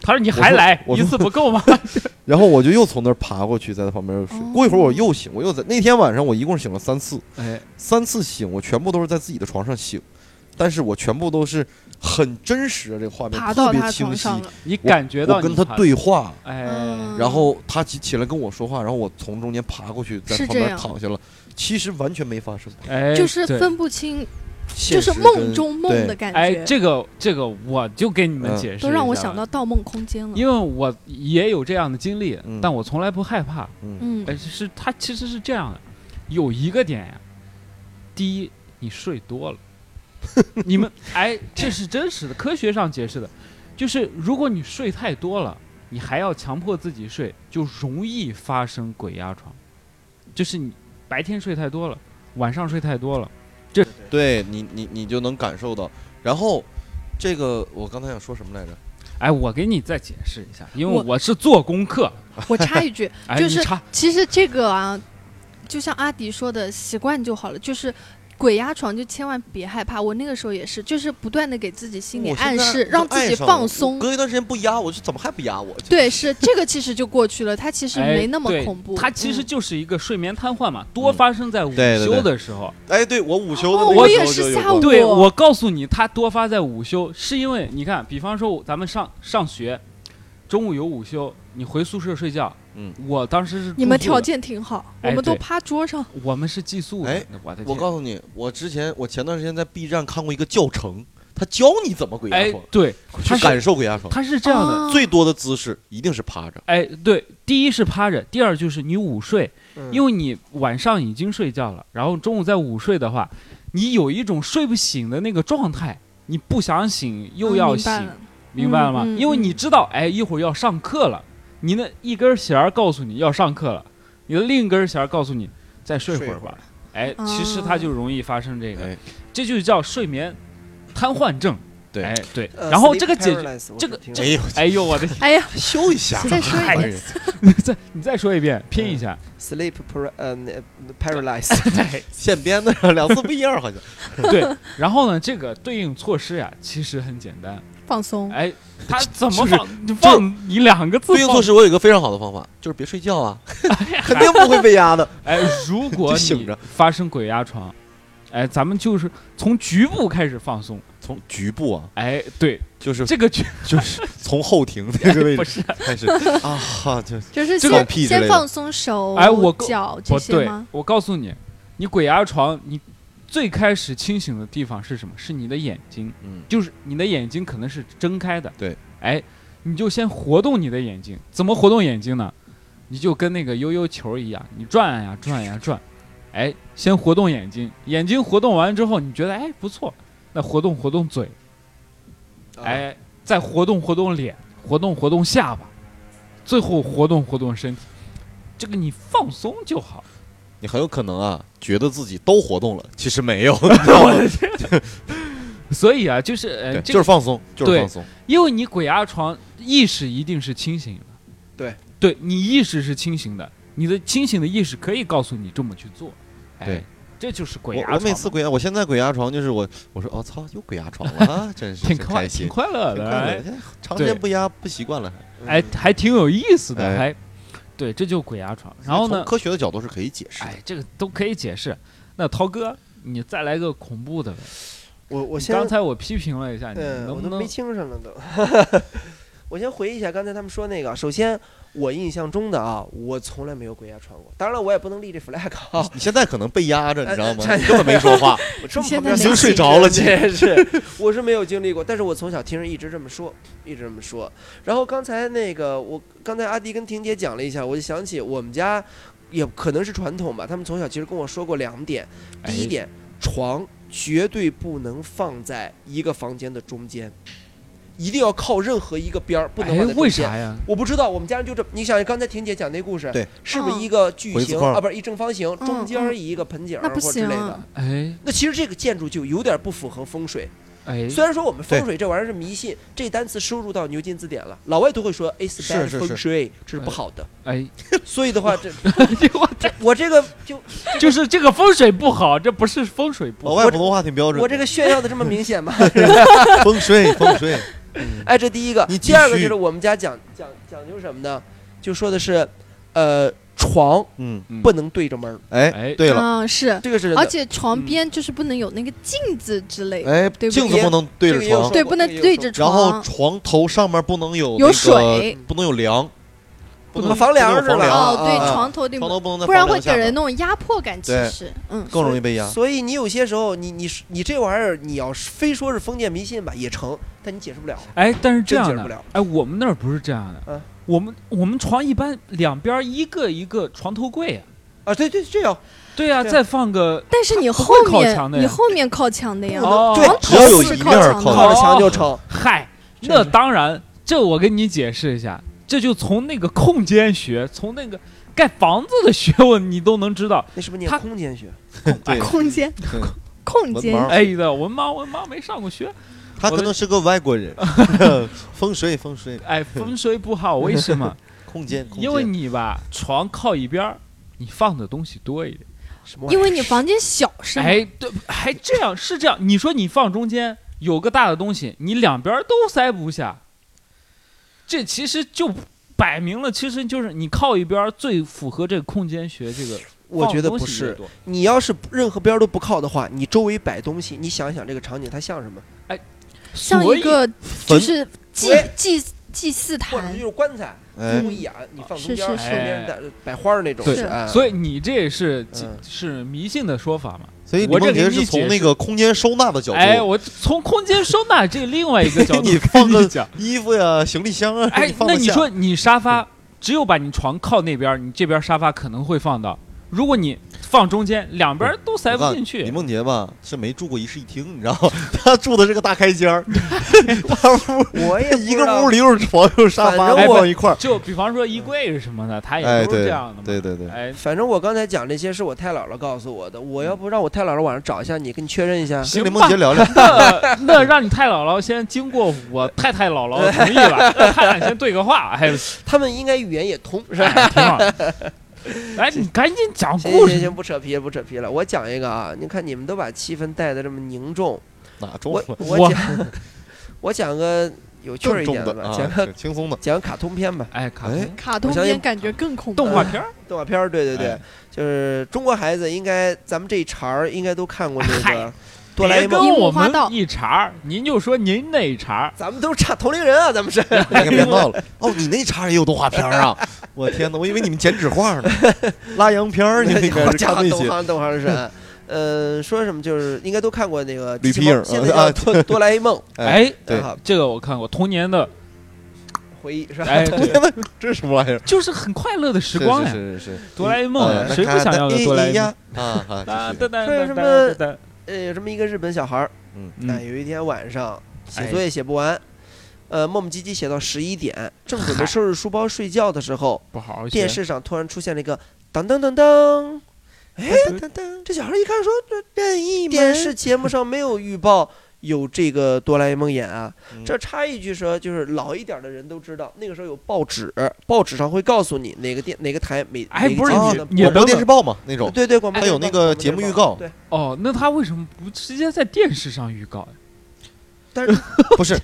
S1: 他说你还来
S2: 我
S1: 一
S2: 说
S1: 次不够吗？
S2: 然后我就又从那儿爬过去，在他旁边又睡。
S3: 哦
S2: 过一会儿我又醒，我又在那天晚上我一共醒了三次，
S1: 哎，
S2: 三次醒我全部都是在自己的床上醒，但是我全部都是很真实的这个画面，
S3: 爬
S2: 特
S3: 到
S2: 别
S3: 他
S2: 清
S3: 床
S2: 晰。
S3: 上了，
S1: 你感觉到
S2: 我跟
S1: 你
S2: 他
S1: 爬
S2: 对话，
S1: 哎
S3: 嗯
S2: 然后他起起来跟我说话，然后我从中间爬过去，在
S3: 是
S2: 旁
S3: 这
S2: 边
S3: 样
S2: 躺下了。其实完全没发生，
S1: 哎，
S3: 就是
S1: 对
S3: 分不清，
S2: 现
S3: 就
S2: 实跟
S3: 是梦中梦的
S2: 对
S3: 感觉，
S1: 哎，这个这个我就给你们
S2: 嗯
S1: 解释一下吧，
S3: 都让我想到《盗梦空间》了。
S1: 因为我也有这样的经历，
S2: 嗯
S1: 但我从来不害怕。
S2: 嗯
S3: 嗯
S1: 哎，是它其实是这样的，有一个点呀，第一，你睡多 了。你们哎，这是真实的，科学上解释的，就是如果你睡太多了，你还要强迫自己睡，就容易发生鬼压床。就是你白天睡太多了，晚上睡太多了，
S2: 对你你你就能感受到。然后这个我刚才想说什么来着？
S1: 哎，我给你再解释一下，因为
S3: 我
S1: 我是做功课。
S3: 我插一句，
S1: 哎，
S3: 就
S1: 你
S3: 是
S1: 插
S3: 其实这个啊，就像阿迪说的，习惯就好了，就是。鬼压床就千万别害怕，我那个时候也是，就是不断的给自己心理
S2: 哦我现
S3: 暗
S2: 在
S3: 示，
S2: 就
S3: 让自
S2: 爱
S3: 己
S2: 上了
S3: 放
S2: 我
S3: 松。啊
S2: 隔一段时间不压我，就怎么还不压我？
S3: 对，是这个其实就过去了，它其实
S1: 哎
S3: 没那么
S1: 对
S3: 恐怖。
S1: 它其实
S3: 嗯
S1: 就是一个睡眠瘫痪嘛，多发生在午
S2: 嗯对对
S1: 休
S2: 对
S1: 的时候。
S2: 哎，对我午休的
S3: 哦
S2: 那
S3: 我
S2: 个时
S3: 也
S2: 候
S3: 是
S2: 就有
S3: 下
S2: 过
S3: 午
S1: 对，
S3: 哦
S1: 我告诉你，它多发在午休，是因为你看，比方说咱们上上学，中午有午休，你回宿舍睡觉。
S2: 嗯，
S1: 我当时是
S3: 你们
S1: 住宿的
S3: 条，件挺好，我
S1: 哎
S3: 们都
S1: 对
S3: 趴桌上。
S1: 我们是寄宿的。
S2: 哎，
S1: 我的
S2: 我
S1: 天，
S2: 告诉你，我之前我前段时间在 B 站看过一个教程，他教你啊怎么鬼压
S1: 哎
S2: 床，，
S1: 对，它
S2: 去
S1: 是
S2: 感受鬼压床。
S1: 它是这样的，
S3: 啊
S2: 最多的姿势一定是趴着。
S1: 哎，对，第一是趴着，第二就是你午睡，
S4: 嗯
S1: 因为你晚上已经睡觉了，然后中午再午睡的话，你有一种睡不醒的那个状态，你不想醒又
S3: 嗯
S1: 要
S3: 明
S1: 醒，
S3: 白了
S1: 明白了吗？
S3: 嗯嗯
S1: 因为你知道，哎，一会儿要上课了，你那一根弦儿告诉你要上课了，你的另一根弦儿告诉你再睡会
S2: 睡
S1: 儿
S2: 会
S1: 吧。哎，其实它就容易发生这个，
S2: 哎
S1: 这就叫睡眠瘫痪症。
S2: 对
S1: 哎对，
S4: 呃
S1: 然后
S4: sleep
S1: 这个解决，
S4: paralysis，我
S1: 这个
S4: 只
S2: 哎
S4: 听过
S2: 呦，
S1: 哎呦我的，
S3: 哎呀，
S2: 休一下，
S3: 再说一
S2: 烦
S3: 遍
S2: 人。
S1: 你再你再说一遍，拼一下。
S4: 哎 sleep para 呃 paralysis，
S1: 对
S2: 现编的两次不一样，好像。
S1: 对，然后呢，这个对应措施呀，其实很简单。
S3: 放松。
S1: 哎， 他怎么
S2: 就是
S1: 放？你放你两个字
S2: 对应措
S1: 放
S2: 施我有一个非常好的方法，就是别睡 觉啊，肯定不会被压的。
S1: 哎，如果
S2: 就醒
S1: 你
S2: 着
S1: 发生鬼压床，哎，咱们就是从局部开始放松。
S2: 从局部啊，
S1: 哎，对，
S2: 就是
S1: 这个局
S2: 就是从后庭那个位
S1: 不
S2: 置
S1: 是，
S2: 开始啊，哈，就
S3: 就是
S1: 这
S3: 先
S1: 个
S2: 屁之类
S3: 先
S2: 的
S3: 放松手、
S1: 哎我够
S3: 脚这
S1: 不
S3: 些
S1: 对
S3: 吗？，
S1: 我告诉你，你鬼压床，你最开始清醒的地方是什么？是你的眼睛，
S2: 嗯，
S1: 就是你的眼睛可能是睁开的。
S2: 对，
S1: 哎，你就先活动你的眼睛，怎么活动眼睛呢？你就跟那个悠悠球一样，你转呀转呀转，哎，先活动眼睛，眼睛活动完之后，你觉得哎不错，那活动活动嘴，
S2: 啊
S4: 啊
S1: 哎，再活动活动脸，活动活动下巴，最后活动活动身体，这个你放松就好。
S2: 你很有可能啊，觉得自己都活动了，其实 没有，你知道吗？
S1: 所以啊，就是呃，
S2: 对，
S1: 这
S2: 就是
S1: 个，
S2: 放松，就是
S1: 对
S2: 放松。
S1: 因为你鬼压床，意识一定是清醒的。
S4: 对，
S1: 对你意识是清醒的，你的清醒的意识可以告诉你这么去做。哎、
S2: 对，
S1: 这就是鬼
S2: 我
S1: 压床嘛。
S2: 我每次鬼压，我现在鬼压床就是我，我说我、哦、操，又鬼压床了啊，真是
S1: 挺
S2: 真
S1: 快，
S2: 开
S1: 挺
S2: 心，
S1: 快乐
S2: 挺
S1: 的，
S2: 快乐
S1: 哎
S2: 的，长时
S1: 对
S2: 间不压不习惯了。
S1: 哎，
S4: 嗯
S1: 还挺有意思的，
S2: 哎
S1: 还对，这就是鬼压床。然后
S2: 从
S1: 呢，
S2: 科学的角度是可以解释的。
S1: 哎，这个都可以解释。那涛哥，你再来个恐怖的呗。
S4: 我我先
S1: 刚才我批评了一下你，
S4: 嗯，
S1: 能
S4: 我
S1: 不
S4: 都
S1: 能
S4: 没清上了都。 我先回忆一下刚才他们说那个，首先我印象中的啊，我从来没有鬼压床过。当然了，我也不能立这 flag 啊，
S2: 你现在可能被压着，你知道
S1: 呃
S2: 吗？
S4: 哎
S2: 你根本没 说话，
S4: 我这么
S3: 你现
S4: 旁边
S3: 在已经
S2: 睡着了
S4: 这是 我是没有经历过，但是我从小听人一直这么说，一直这么说。然后刚才那个，我刚才阿迪跟婷姐讲了一下，我就想起我们家也可能是传统吧，他们从小其实跟我说过两点，第一
S1: 哎
S4: 点，床绝对不能放在一个房间的中间。一定要靠任何一个边儿，不能
S1: 哎
S4: 往那，中
S1: 为
S4: 间
S1: 啥呀？
S4: 我不知道，我们家人就这么。你想，刚才婷姐讲那故事，
S2: 对，
S4: 是不是一个矩
S2: 回字
S4: 形
S2: 框
S4: 啊？不是一正方形，
S3: 嗯
S4: 中间儿一个盆景
S3: 那
S4: 儿
S3: 不
S4: 或之
S3: 行啊
S4: 类的。
S1: 哎
S4: 那其实这个建筑就有点不符合风水。
S1: 哎，
S4: 虽然说我们
S2: 对
S4: 风水这玩意儿是迷信，这单词收入到牛津字典了，老外都会说 it's
S2: 是
S4: bad
S2: 是
S4: feng
S2: 是
S4: shui，这是不好的。
S1: 哎，
S4: 所以 的话，这
S1: 这话
S4: 这我这个就
S1: 就是这个风水不好，这不是风水不
S2: 老
S1: 好。
S2: 外普通话挺标准的。
S4: 哦我这个炫耀的这么明显吗？
S2: 风水，风水，
S4: 哎，这第一个
S2: 你，继
S4: 第二个
S2: 续
S4: 就是我们家讲讲讲究什么呢？就说的是，呃，床
S2: 嗯，
S1: 嗯
S4: 不能对着门儿，
S1: 哎
S2: 哎，对了，
S3: 嗯，是，
S4: 这个是真的
S3: 而且
S1: 嗯
S3: 床边就是不能有那个镜子之类的，
S2: 哎，
S3: 对不
S2: 镜子
S4: 对
S2: 不能对
S4: 这个
S2: 着
S4: 也有
S2: 床
S4: 说，
S3: 对，不能对着
S2: 然后
S3: 床，
S2: 床头上面不能有那
S3: 有
S2: 个
S3: 水
S2: 不能有梁，不
S4: 怎
S2: 能
S4: 么房梁
S2: 不
S4: 儿
S2: 能
S4: 似
S2: 有
S4: 的
S2: 房梁
S3: 哦，
S4: 啊
S3: 对，
S2: 啊
S3: 床头顶
S2: 床，头不能在
S3: 不然
S2: 房
S3: 会
S2: 梁下
S3: 给
S2: 面
S3: 人那种压迫感，其
S2: 对
S3: 实，嗯，
S2: 更容
S3: 易。
S2: 易被压。
S4: 所以你有些时候，你你是你这玩意儿，你要是非说是封建迷信吧，也成，但你解释不了。
S1: 哎，但是这样
S4: 真解释不
S1: 的
S4: 了，
S1: 哎，我们那儿不是这样的，
S4: 嗯
S1: 我们我们床一般两边儿一个一个床头柜啊，
S4: 啊，对对，这样
S1: 对呀、
S4: 对
S1: 再放个
S3: 但是你
S1: 不
S3: 后
S1: 会靠墙
S3: 面，
S1: 的
S3: 你
S1: 呀
S3: 后面靠墙的呀，
S4: 不能
S1: 哦，
S4: 对
S2: 只要有
S3: 头是
S2: 一
S3: 靠
S2: 面儿
S3: 墙
S2: 靠
S3: 的，
S4: 靠着墙
S2: 哦
S4: 就成。
S1: 嗨，
S4: 真
S1: 那
S4: 是
S1: 当然，这我跟你解释一下，这就从那个空间学，从那个盖房子的学问，你都能知 道。
S4: 那是不是念
S1: 他
S4: 空间学？
S2: 对，
S3: 空间
S2: 对
S3: 空
S2: 文
S3: 间
S2: 盲
S1: 哎的，我妈我妈没上过学，
S2: 他
S1: 我
S2: 可
S1: 的
S2: 能是个 外国人。风水，风水，
S1: 哎，风水不好，为什么？
S2: 空间，空
S1: 因为
S2: 间
S1: 你吧，床靠一边儿，你放的东西多一点。
S4: 什么玩意儿？
S3: 因为你房间小是吗？
S1: 哎，对，还这样是这样。你说你放中间有个大的东西，你两边儿都塞不下，这其实就摆明了，其实就是你靠一边儿最符合这个空间学这个。
S4: 我觉得
S1: 放
S4: 不
S1: 东西越
S4: 是。
S1: 多，
S4: 你要是不任何边儿都不靠的话，你周围摆东西，你想一想这个场景它像什么？
S3: 像
S1: 所
S3: 一
S1: 以
S3: 个
S2: 坟
S3: 就是祭
S4: 对
S3: 祭祭祀
S4: 或者
S3: 坛
S4: 就，是棺材，
S2: 哎
S3: 嗯
S4: 木，一眼你放中
S3: 是
S4: 间儿，
S3: 是
S4: 中
S1: 是
S4: 间摆摆花儿那种。
S1: 对
S3: 是
S4: 哎
S1: 所以你这也是、
S4: 嗯
S1: 是迷信的说法嘛？
S2: 所以
S1: 我
S2: 李
S1: 这
S2: 梦
S1: 给
S2: 洁
S1: 你
S2: 是
S1: 解
S2: 从那
S1: 释
S2: 个空间收纳的角
S1: 哎，
S2: 度，
S1: 我从空间收纳这另外一个角度
S2: 你放
S1: 跟
S2: 个
S1: 你讲，
S2: 衣服呀、行李箱啊，
S1: 哎
S2: 你，放
S1: 那
S2: 得
S1: 你
S2: 下
S1: 说你沙发只有把你床靠那边儿，你这边儿沙发可能会放到；如果你放中间，两边儿都塞
S2: 我
S1: 不
S2: 看
S1: 进
S2: 李
S1: 去。
S2: 梦洁吧是没住过一室一厅，你知道吗？ 她住的是个大开间儿， 她屋
S4: 我也
S2: 一
S4: 不知
S2: 个
S4: 道
S2: 屋里又是床又是沙发，
S4: 反正我
S2: 放一块儿。
S1: 就比方说衣柜是什么的，它
S2: 哎，
S1: 也都是
S2: 对
S1: 这样的嘛。
S2: 对对对，
S1: 哎，
S4: 反正我刚才讲这些是我太姥姥告诉我的，我要不让我太姥姥晚上找一下你，跟你确认一下。
S1: 行
S2: 跟李梦
S1: 吧
S2: 洁。聊聊，
S1: 那那让你太姥姥先经过我太太姥姥同意了，让太太先对个话，哎，
S4: 他们应该语言也通，是吧？
S1: 挺好的。哎，你赶紧讲
S4: 行
S1: 故
S4: 行
S1: 事
S4: 行，不扯皮不扯皮了，我讲一个啊，你看你们都把气氛带的这么凝重，
S2: 哪中
S4: 我
S2: 了？
S1: 我
S4: 我讲我讲个有趣儿
S2: 更
S4: 一
S2: 重
S4: 点
S2: 的
S4: 吧，讲
S2: 啊，
S4: 个
S2: 是轻松的。
S4: 讲个卡通片吧，
S1: 哎，卡
S2: 哎
S1: 通
S3: 卡通
S4: 我相信
S3: 片感觉更恐怖。
S1: 动画片儿，
S4: 动画片儿，对对对
S2: 哎，
S4: 就是中国孩子应该咱们这一茬儿应该都看过那个
S1: 嗨
S4: 哆啦 A
S1: 别
S4: 梦，
S1: 跟我
S3: 樱木花道
S1: 们一茬儿，您就说您那一茬儿。
S4: 咱们都是差同龄人啊，咱们是。
S2: 你可别闹了！哦，你那茬儿也有动画片儿啊！我天哪，我以为你们剪纸 画呢，拉洋片 儿，你们应该
S4: 好
S2: 是
S4: 家
S2: 看
S4: 伙，
S2: 那
S4: 东
S2: 些。
S4: 方东方神。呃，说什么就是应该都看过那个
S2: 吕
S4: 机器
S2: 皮
S4: 猫
S2: 影儿
S4: 现在
S2: 啊
S4: 叫 哆哆啦 A 梦，
S2: 哎，
S1: 哎，
S2: 对
S4: 啊
S1: 这个我看过，童年的，
S4: 回忆是吧？
S1: 哎，对，
S2: 这是什么玩意儿？
S1: 就是很快乐的时光呀。
S2: 是是是是，呃
S1: 哆啦 A 梦呀，谁不想要个哆啦 A 梦？
S2: 梦哎啊？啊
S1: 啊，，噔噔
S4: 说
S1: 噔
S4: 什么
S1: 噔噔，
S4: 呃，有这么一个日本小孩儿，哎，
S1: 嗯，
S4: 有一天晚上写
S1: 哎
S4: 作业写不完，呃，磨磨唧唧写到十一点，正准备
S1: 嗨
S4: 收拾书包睡觉的时候，
S1: 不好好学
S4: 电视上突然出现了一个当当当当，哎，
S1: 噔
S4: 这小孩一看说，这
S2: 任意
S4: 电视节目上没有预报有这个哆啦 A 梦演啊。
S2: 嗯
S4: 这插一句说，就是老一点的人都知道，那个时候有报纸，报纸上会告诉你哪个电哪个台每
S1: 哎
S4: 哪个
S1: 不是
S4: 节目
S2: 啊
S1: 你
S4: 的
S1: 你
S4: 播
S2: 广播
S1: 等
S2: 电
S1: 等
S2: 视报嘛那种，
S4: 对对，广播
S2: 它有
S4: 电视
S2: 那
S4: 报
S2: 个
S4: 广播
S2: 节
S4: 电
S2: 目
S4: 视
S2: 预
S4: 报
S2: 告
S4: 对，
S1: 哦，那他为什么不直接在电视上预告呀？
S2: 不 是。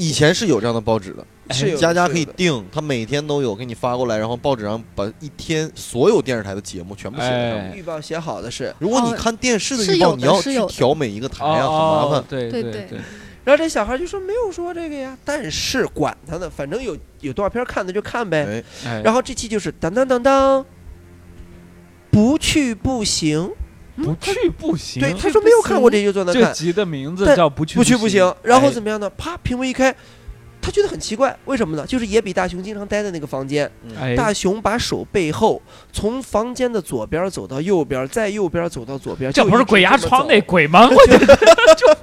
S2: 以前是有这样的报纸的，
S1: 哎
S4: 是有的
S2: 家家
S4: 是
S2: 可以
S4: 有的
S2: 订，他每天都有给你发过来，然后报纸上把一天所有电视台的节目全部写在上面。
S1: 哎
S4: 预报写好的是。
S2: 如果
S3: 哦
S2: 你看电视
S3: 是
S2: 预报，
S3: 有的
S2: 你要
S3: 是
S2: 去
S3: 有的
S2: 调每一个台
S1: 哦，
S2: 啊，很麻
S1: 哦
S2: 烦。
S1: 对
S3: 对对
S1: 对，
S4: 然后这小孩就说没有说这个呀，但是管他呢，反正有有动画片看的就看呗。
S2: 哎，
S1: 哎，
S4: 然后这期就是当当当当，不去不行。
S3: 嗯
S1: 不去不行。
S4: 对，他说没有看过这就坐那
S1: 这
S4: 看，
S1: 集的名字
S4: 但
S1: 叫《不去
S5: 哎
S1: 哎
S4: 不去不行。然后怎
S1: 么？
S4: 么样呢？啪，屏幕一开，他觉得很奇怪，为什么呢？就是野比大雄经常待在那个房间，
S1: 哎，
S4: 大雄把手背后从房间的左边走到右边，再右边走到左边，
S5: 这
S4: 就
S5: 不是
S4: 一直
S5: 鬼压
S4: 这么
S5: 床
S4: 走
S5: 那鬼吗？我 就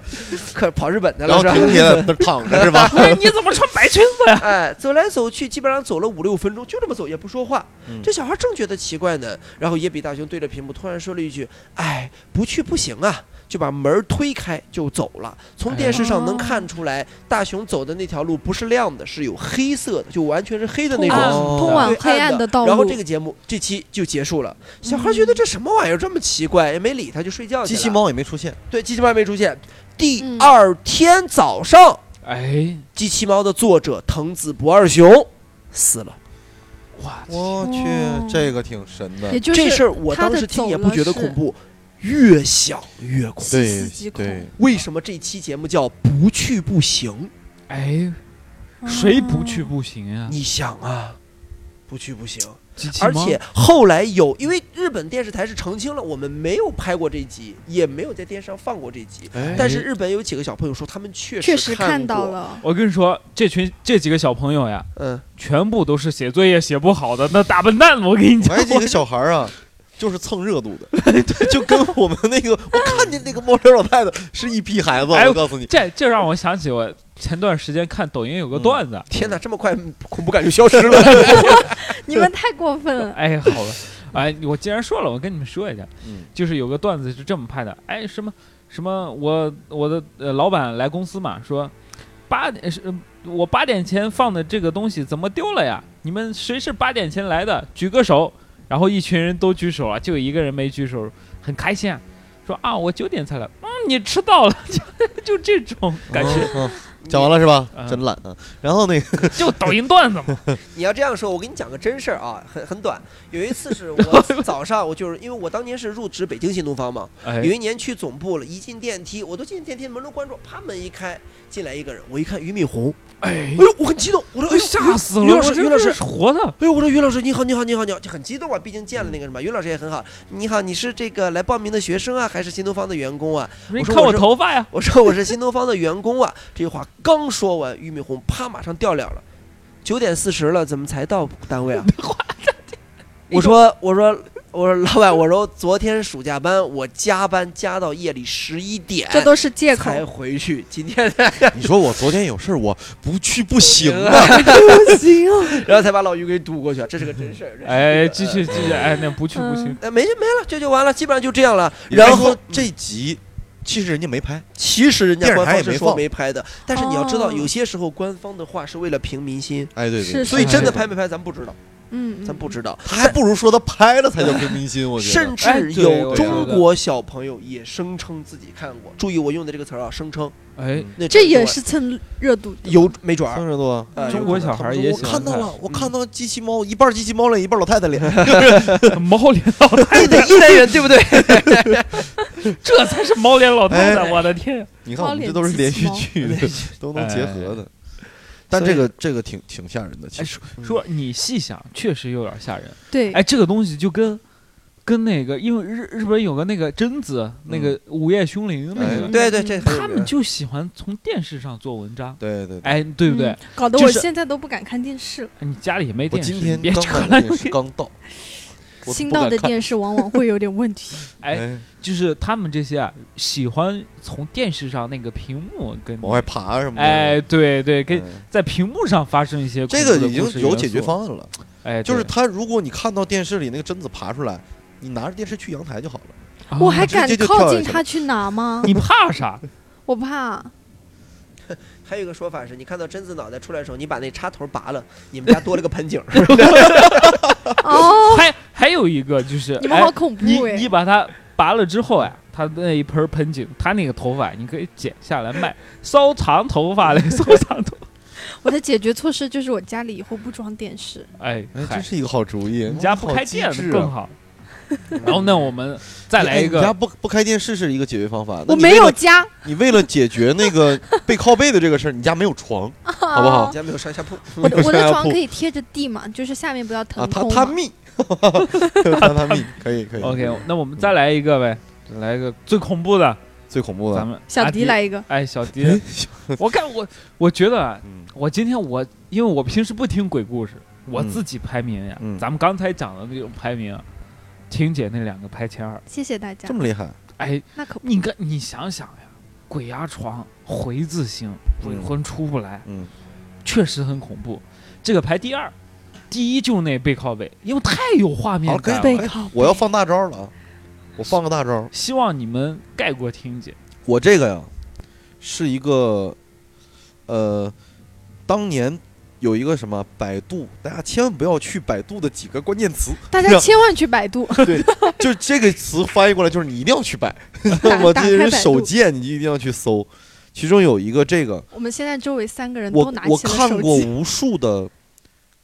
S4: 可跑日本的
S2: 然
S4: 了
S2: 后
S4: 是吧？
S2: 停下来在那儿躺着是吧？
S5: 哎你怎么穿白裙子 呀？
S4: 哎，走来走去，基本上走了五六分钟，就这么走也不说话。
S2: 嗯
S4: 这小孩正觉得奇怪呢，然后野比大雄对着屏幕突然说了一句：“哎，不去不行啊！”就把门推开就走了。
S2: 哎
S4: 从电视上能看出来，大雄走的那条路不是亮的，是有黑色的，就完全是黑的那
S3: 通
S4: 种。
S3: 往
S2: 哦
S3: 通往
S4: 对
S3: 黑暗的道路。
S4: 然后这个节目这期就结束了，小孩觉得这什么玩意儿这么奇怪，也没理他，就睡觉去
S2: 机
S4: 了。
S2: 器猫也没出现，
S4: 对机器猫也没出现。第
S3: 嗯
S4: 二天早上，
S1: 哎，
S4: 机器猫》的作者藤子不二雄死了。
S2: 我去
S3: 哦，
S2: 这个挺神的
S3: 也。就
S4: 这事
S3: 是
S4: 儿我当时听也不觉得恐
S3: 他的走
S4: 怖，越想越恐怖。
S3: 细思极恐
S2: 对，
S4: 为什么这期节目叫“不去不行
S1: 哎，
S3: 嗯
S1: 谁不去不行啊”？？
S4: 你想啊，不去不行。
S1: 机器
S4: 而
S1: 猫
S4: 且后来有，因为日本电视台是澄清了，我们没有拍过这集，也没有在电视上放过这集。
S2: 哎
S4: 但是日本有几个小朋友说，他们确
S3: 确实看
S4: 看
S3: 到
S4: 过，
S3: 了，
S1: 我跟你说，这群这几个小朋友呀，
S4: 嗯，
S1: 全部都是写作业写不好的那大笨蛋，我跟你
S2: 我
S1: 讲
S2: 还，记得小孩儿啊，就是蹭热度 的，就跟我们那个我看见那个摸脸老太太是一批孩子，
S1: 哎
S2: 我告诉你，
S1: 这这让我想起我前段时间看抖音
S4: 嗯
S1: 有个段子，
S4: 天哪，这么快恐怖感就消失了。
S3: 你们太过分了。
S1: 哎，好了，哎，我既然说了，我跟你们说一下，
S2: 嗯
S1: 就是有个段子是这么拍的，哎，什么什么，我我的呃老板来公司嘛，说八点是、呃我八点前放的这个东西怎么丢了呀？你们谁是八点前来的？举个手。然后一群人都举手了，就有一个人没举手，很开心啊，说啊我九点才来，嗯你迟到了， 就就这种感觉，
S2: 嗯嗯讲完了是吧
S1: 嗯？
S2: 真懒啊。然后那
S4: 哦
S2: 个
S1: 就抖音段子嘛。
S4: 你要这样说，我给你讲个真事儿啊，很很短。有一次是我早上，我就是因为我当年是入职北京新东方嘛，
S1: 哎
S4: 有一年去总部了，一进电梯，我都进电梯门都关住，啪门一开，进来一个人，我一看俞敏洪，
S1: 哎
S4: 哎，呦，我很激动，我说哎呦
S1: 吓死了！
S4: 于老师，于老师。
S1: 活的，
S4: 哎呦，我说于老师你好，你好，你好，你好，就很激动啊，毕竟见了那个什么，于老师也很好。你好，你是这个来报名的学生啊，还是新东方的员工啊？
S1: 你
S4: 说
S1: 看
S4: 我
S1: 我
S4: 是
S1: 头发呀！
S4: 我说我是新东方的员工啊。这句话刚说完，俞敏洪啪马上掉脸了。九点四十了，怎么才到单位啊？我说我说我说老板，我说昨天暑假班我加班加到夜里十一点，
S3: 这都是借口，
S4: 才回去。今天，
S2: 你说我昨天有事儿，我不去不行 啊。
S3: 不行啊！
S4: 然后才把老于给堵过去，这是个真事儿。这是
S1: 哎，继续继续，哎，那不去不
S3: 嗯
S1: 行。
S4: 呃，没就没了，这就完了，基本上就这样了。
S2: 也就是
S4: 然
S2: 说
S4: 后
S2: 这集其实人家没拍，
S4: 其实人家
S2: 电视
S4: 官
S2: 台
S4: 方
S2: 也
S4: 是
S2: 没
S4: 说
S2: 放
S4: 没拍的，但是你要知道，
S3: 哦
S4: 有些时候官方的话是为了平民心，
S2: 哎对
S3: 是
S2: 对，
S4: 所以真的
S1: 是
S4: 拍没拍咱不知道，
S3: 嗯，嗯
S4: 咱不知道。
S2: 他还不如说他拍了才叫平民心，我觉
S4: 甚
S2: 得。
S1: 哎
S4: 至
S1: 对
S4: 有
S1: 我
S2: 觉
S4: 中
S1: 得
S4: 国小朋友也声称自己看过。注意我用的这个词儿啊，声称，
S1: 哎，
S4: 那
S3: 嗯这
S4: 真
S3: 也
S4: 有
S3: 是蹭热度的。
S4: 有没准儿
S2: 三。十多啊，
S4: 呃
S1: 中
S4: 有
S1: 国
S4: 可能
S1: 小孩儿
S4: 他们
S1: 也嗯
S4: 说
S2: 我
S1: 喜欢
S2: 看到
S1: 看
S2: 了，我看到机器猫，一半机器猫脸，一半老太太脸，
S1: 猫脸老太
S4: 我你得一代人对不对？
S1: 太，这才是猫脸老太太！
S2: 哎
S1: 我的天，
S2: 你看我们这都是连续剧的， 都能结合的。但
S4: 所以
S2: 这个这个挺挺吓人的，其
S1: 哎
S2: 实
S1: 说你细想，确实有点吓人。
S3: 对，
S1: 哎，这个东西就跟跟那个，因为日日本有个那个贞子，那个《午夜凶铃》那
S2: 哎
S1: 个，
S4: 嗯对对，这很有
S1: 他
S4: 名
S1: 们就喜欢从电视上做文章。
S2: 对对对。
S1: 哎，对不对
S3: 嗯？？搞得
S1: 就
S3: 我
S1: 是
S3: 现在都不敢看电视了。
S1: 你家里也没
S2: 我
S1: 电视，
S2: 今
S1: 你
S2: 天
S1: 别
S2: 刚
S1: 扯
S2: 买
S1: 了。
S2: 电视刚到，我
S3: 新
S2: 不
S3: 到
S2: 敢
S3: 的
S2: 看
S3: 电视往往会有点问题。
S1: 哎，，就是他们这些啊，喜欢从电视上那个屏幕跟
S2: 往外爬什么的。
S1: 哎，对对，跟
S2: 嗯
S1: 在屏幕上发生一些
S2: 这
S1: 恐怖
S2: 个
S1: 的
S2: 已经
S1: 故事
S2: 有
S1: 元
S2: 解决
S1: 素，
S2: 方案了，
S1: 哎，
S2: 就是
S1: 对？
S2: 他，如果你看到电视里那个贞子爬出来，你拿着电视去阳台就好了。
S3: 我还敢
S2: 直接就
S3: 靠
S2: 跳下
S3: 近
S2: 去
S3: 他去拿吗
S1: 你怕 啥？
S3: 我怕。
S4: 还有一个说法是，你看到贞子脑袋出来的时候，你把那插头拔了，你们家多了个盆景儿。
S3: 哦，
S1: 还还有一个 就是，
S3: 你们
S1: 哎
S3: 好恐怖
S1: 你
S3: 哎！
S1: 你把它拔了之后呀，它那一盆盆景，它那个头发你可以剪下来卖，收藏头发嘞，收藏头，
S3: 我的解决措施就是我家里以后不装电视。
S1: 哎，
S2: 哎，
S1: 嗨
S2: 真是一个好主意。
S1: 你家不开
S2: 电
S1: 店
S2: 视
S1: 更好。然后那我们再来一
S2: 哎你家
S1: 个，
S2: 不不开电视是一个解决方法。那
S3: 我
S2: 你
S3: 没
S2: 为
S3: 有
S2: 了
S3: 家，
S2: 你为了解决那 个背靠背的这个事儿，你家没有床
S3: 好
S2: 不
S4: 你
S2: 好
S4: 家没有上下铺，
S3: 我的我
S2: 没有
S3: 的
S2: 上下
S3: 床
S2: 铺
S3: 可以贴着地嘛，就是下面不要腾
S2: 啊？榻
S3: 空
S2: 榻
S3: 嘛。
S2: 米，榻榻米可以可以。
S1: OK，那我们再来一个呗，来一个最恐怖的，
S2: 最恐怖
S1: 咱
S2: 的，
S1: 们
S3: 小
S1: 阿
S3: 迪来一个，
S1: 哎，小迪，我看我我觉得啊
S2: 嗯
S1: 我今天我因为我平时不听鬼故事，我
S2: 嗯
S1: 自己排名呀，
S2: 嗯
S1: 咱们刚才讲的那种排名，婷姐那两个排前二，
S3: 谢谢大家
S2: 这。么厉害，
S1: 哎，
S3: 那可不
S1: 你跟你想想呀，鬼压床、回字形、鬼
S2: 嗯
S1: 魂出不来，
S2: 嗯，
S1: 确实很恐怖。这个排第二，第一就那背靠背，因为太有画面
S2: 好了，可以
S1: 感
S2: 了，
S1: 了。
S3: 背
S2: 可以
S3: 靠背
S2: 哎我要放大招了啊，我放个大招，
S1: 希望你们盖过婷姐。
S2: 我这个呀，是一个，呃，当年有一个什么百度，大家千万不要去百度的几个关键词，
S3: 大家千万去百度，
S2: 对，就是这个词翻译过来就是你一定要去百，
S3: 打
S2: 我
S3: 打
S2: 这人
S3: 开百
S2: 手
S3: 度
S2: 贱，你一定要去搜。其中有一个这个，
S3: 我们现在周围三个人都
S2: 我
S3: 拿
S2: 我
S3: 起了
S2: 看
S3: 手
S2: 过
S3: 机，
S2: 无数的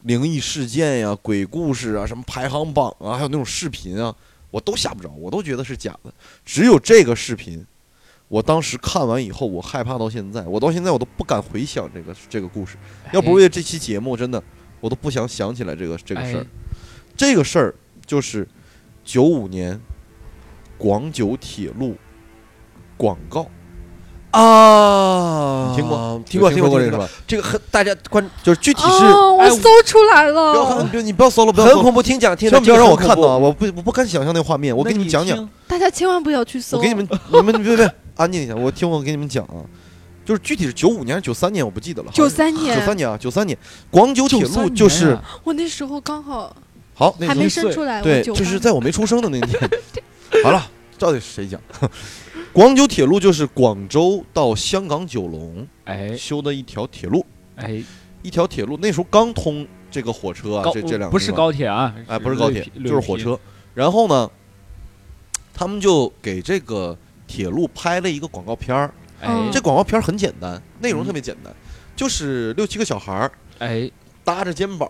S2: 灵异事件呀、鬼故事啊、什么排行榜啊，还有那种视频啊，我都吓不着，我都觉得是假的。只有这个视频，我当时看完以后，我害怕到现在，我到现在我都不敢回想这个这个故事。要不是为了这期节目，真的我都不想想起来这个这个事儿
S1: 哎。
S2: 这个事儿就是九五年广九铁路广告，
S4: 啊
S2: 你听过？
S4: 听过，
S2: 有听这个
S4: 过，听
S2: 是
S4: 过
S2: 吧？
S4: 这个很大家关
S2: 就是具体是。
S3: 哦，我
S1: 哎
S3: 搜出来
S2: 不要
S3: 了，
S2: 看，你不要搜了，不要
S4: 很
S2: 搜了
S4: 恐怖，听讲听
S2: 千万
S4: 讲，
S2: 不要让我
S4: 这
S2: 看
S4: 个很恐
S2: 到啊！
S4: 怖
S2: 我不我不敢想象那个画面。我
S1: 那
S2: 给
S1: 你
S2: 们讲讲，
S1: 听，
S3: 大家千万不要去 搜，
S2: 我给你们你们别别别安静一下，我听我给你们讲啊，就是具体是九五年还是九三年我不记得了，
S3: 九三
S2: 九
S3: 年，
S2: 三年啊，九三年广九铁
S1: 93
S2: 路
S1: 年
S2: 就是
S1: 啊
S3: 我那时候刚好
S2: 好，那
S3: 还
S2: 时候
S3: 没生出来，
S2: 对，
S3: 哎我
S2: 就是
S3: 98
S2: 在我没出生的那天。好了，到底是谁讲？ 广九铁路就是广州到香港九龙
S1: 哎
S2: 修的一条铁路，
S1: 哎，
S2: 一条铁路那时候刚通这个火车啊，
S1: 高
S2: 这这两个
S1: 不
S2: 地
S1: 是
S2: 方
S1: 高铁啊，
S2: 哎，不是高铁
S1: 绿皮，
S2: 就是火。车。然后呢，他们就给这个铁路拍了一个广告片儿。
S1: 绿皮哎，
S2: 这广告片儿很简单，内
S1: 嗯
S2: 容特别简单，就是六七个小孩儿
S1: 哎
S2: 搭着肩膀，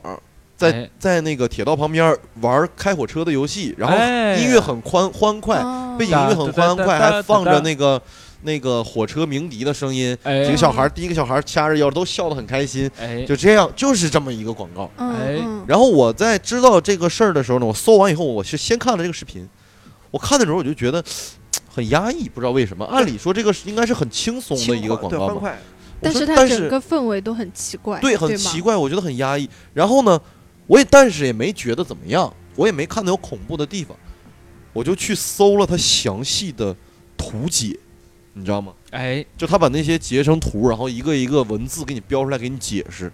S2: 在
S1: 哎
S2: 在那个铁道旁边儿玩儿开火车的游戏，然后
S1: 哎
S2: 音乐很宽欢快，
S3: 哦
S2: 背景音乐很欢
S1: 哒哒哒
S2: 快，
S1: 哒
S2: 还放
S1: 哒
S2: 着
S1: 哒
S2: 那个那个火车鸣笛的声音。
S1: 哎，
S2: 几个小孩儿，第一个小孩儿掐着腰，都笑得很开心。
S1: 哎
S2: 就这样，就是这么一个广告。
S3: 嗯
S1: 哎
S3: 嗯
S2: 然后我在知道这个事儿的时候呢，我搜完以后，我是先看了这个视频。我看的时候我就觉得很压抑，不知道为什么。按理说这个是应该是很轻松的一个广
S4: 对
S2: 告
S4: 欢
S2: 吧，
S4: 快
S2: 我
S3: 但
S2: 说
S3: 是它
S2: 但
S3: 整
S2: 是
S3: 个氛围都很奇怪，
S2: 对
S3: 对，
S2: 很奇。怪，我觉得很压抑。然后呢，我也但是也没觉得怎么样，我也没看到有恐怖的地方，我就去搜了它详细的图解，你知道吗？
S1: 哎，
S2: 就他把那些截成图，然后一个一个文字给你标出来，给你解释。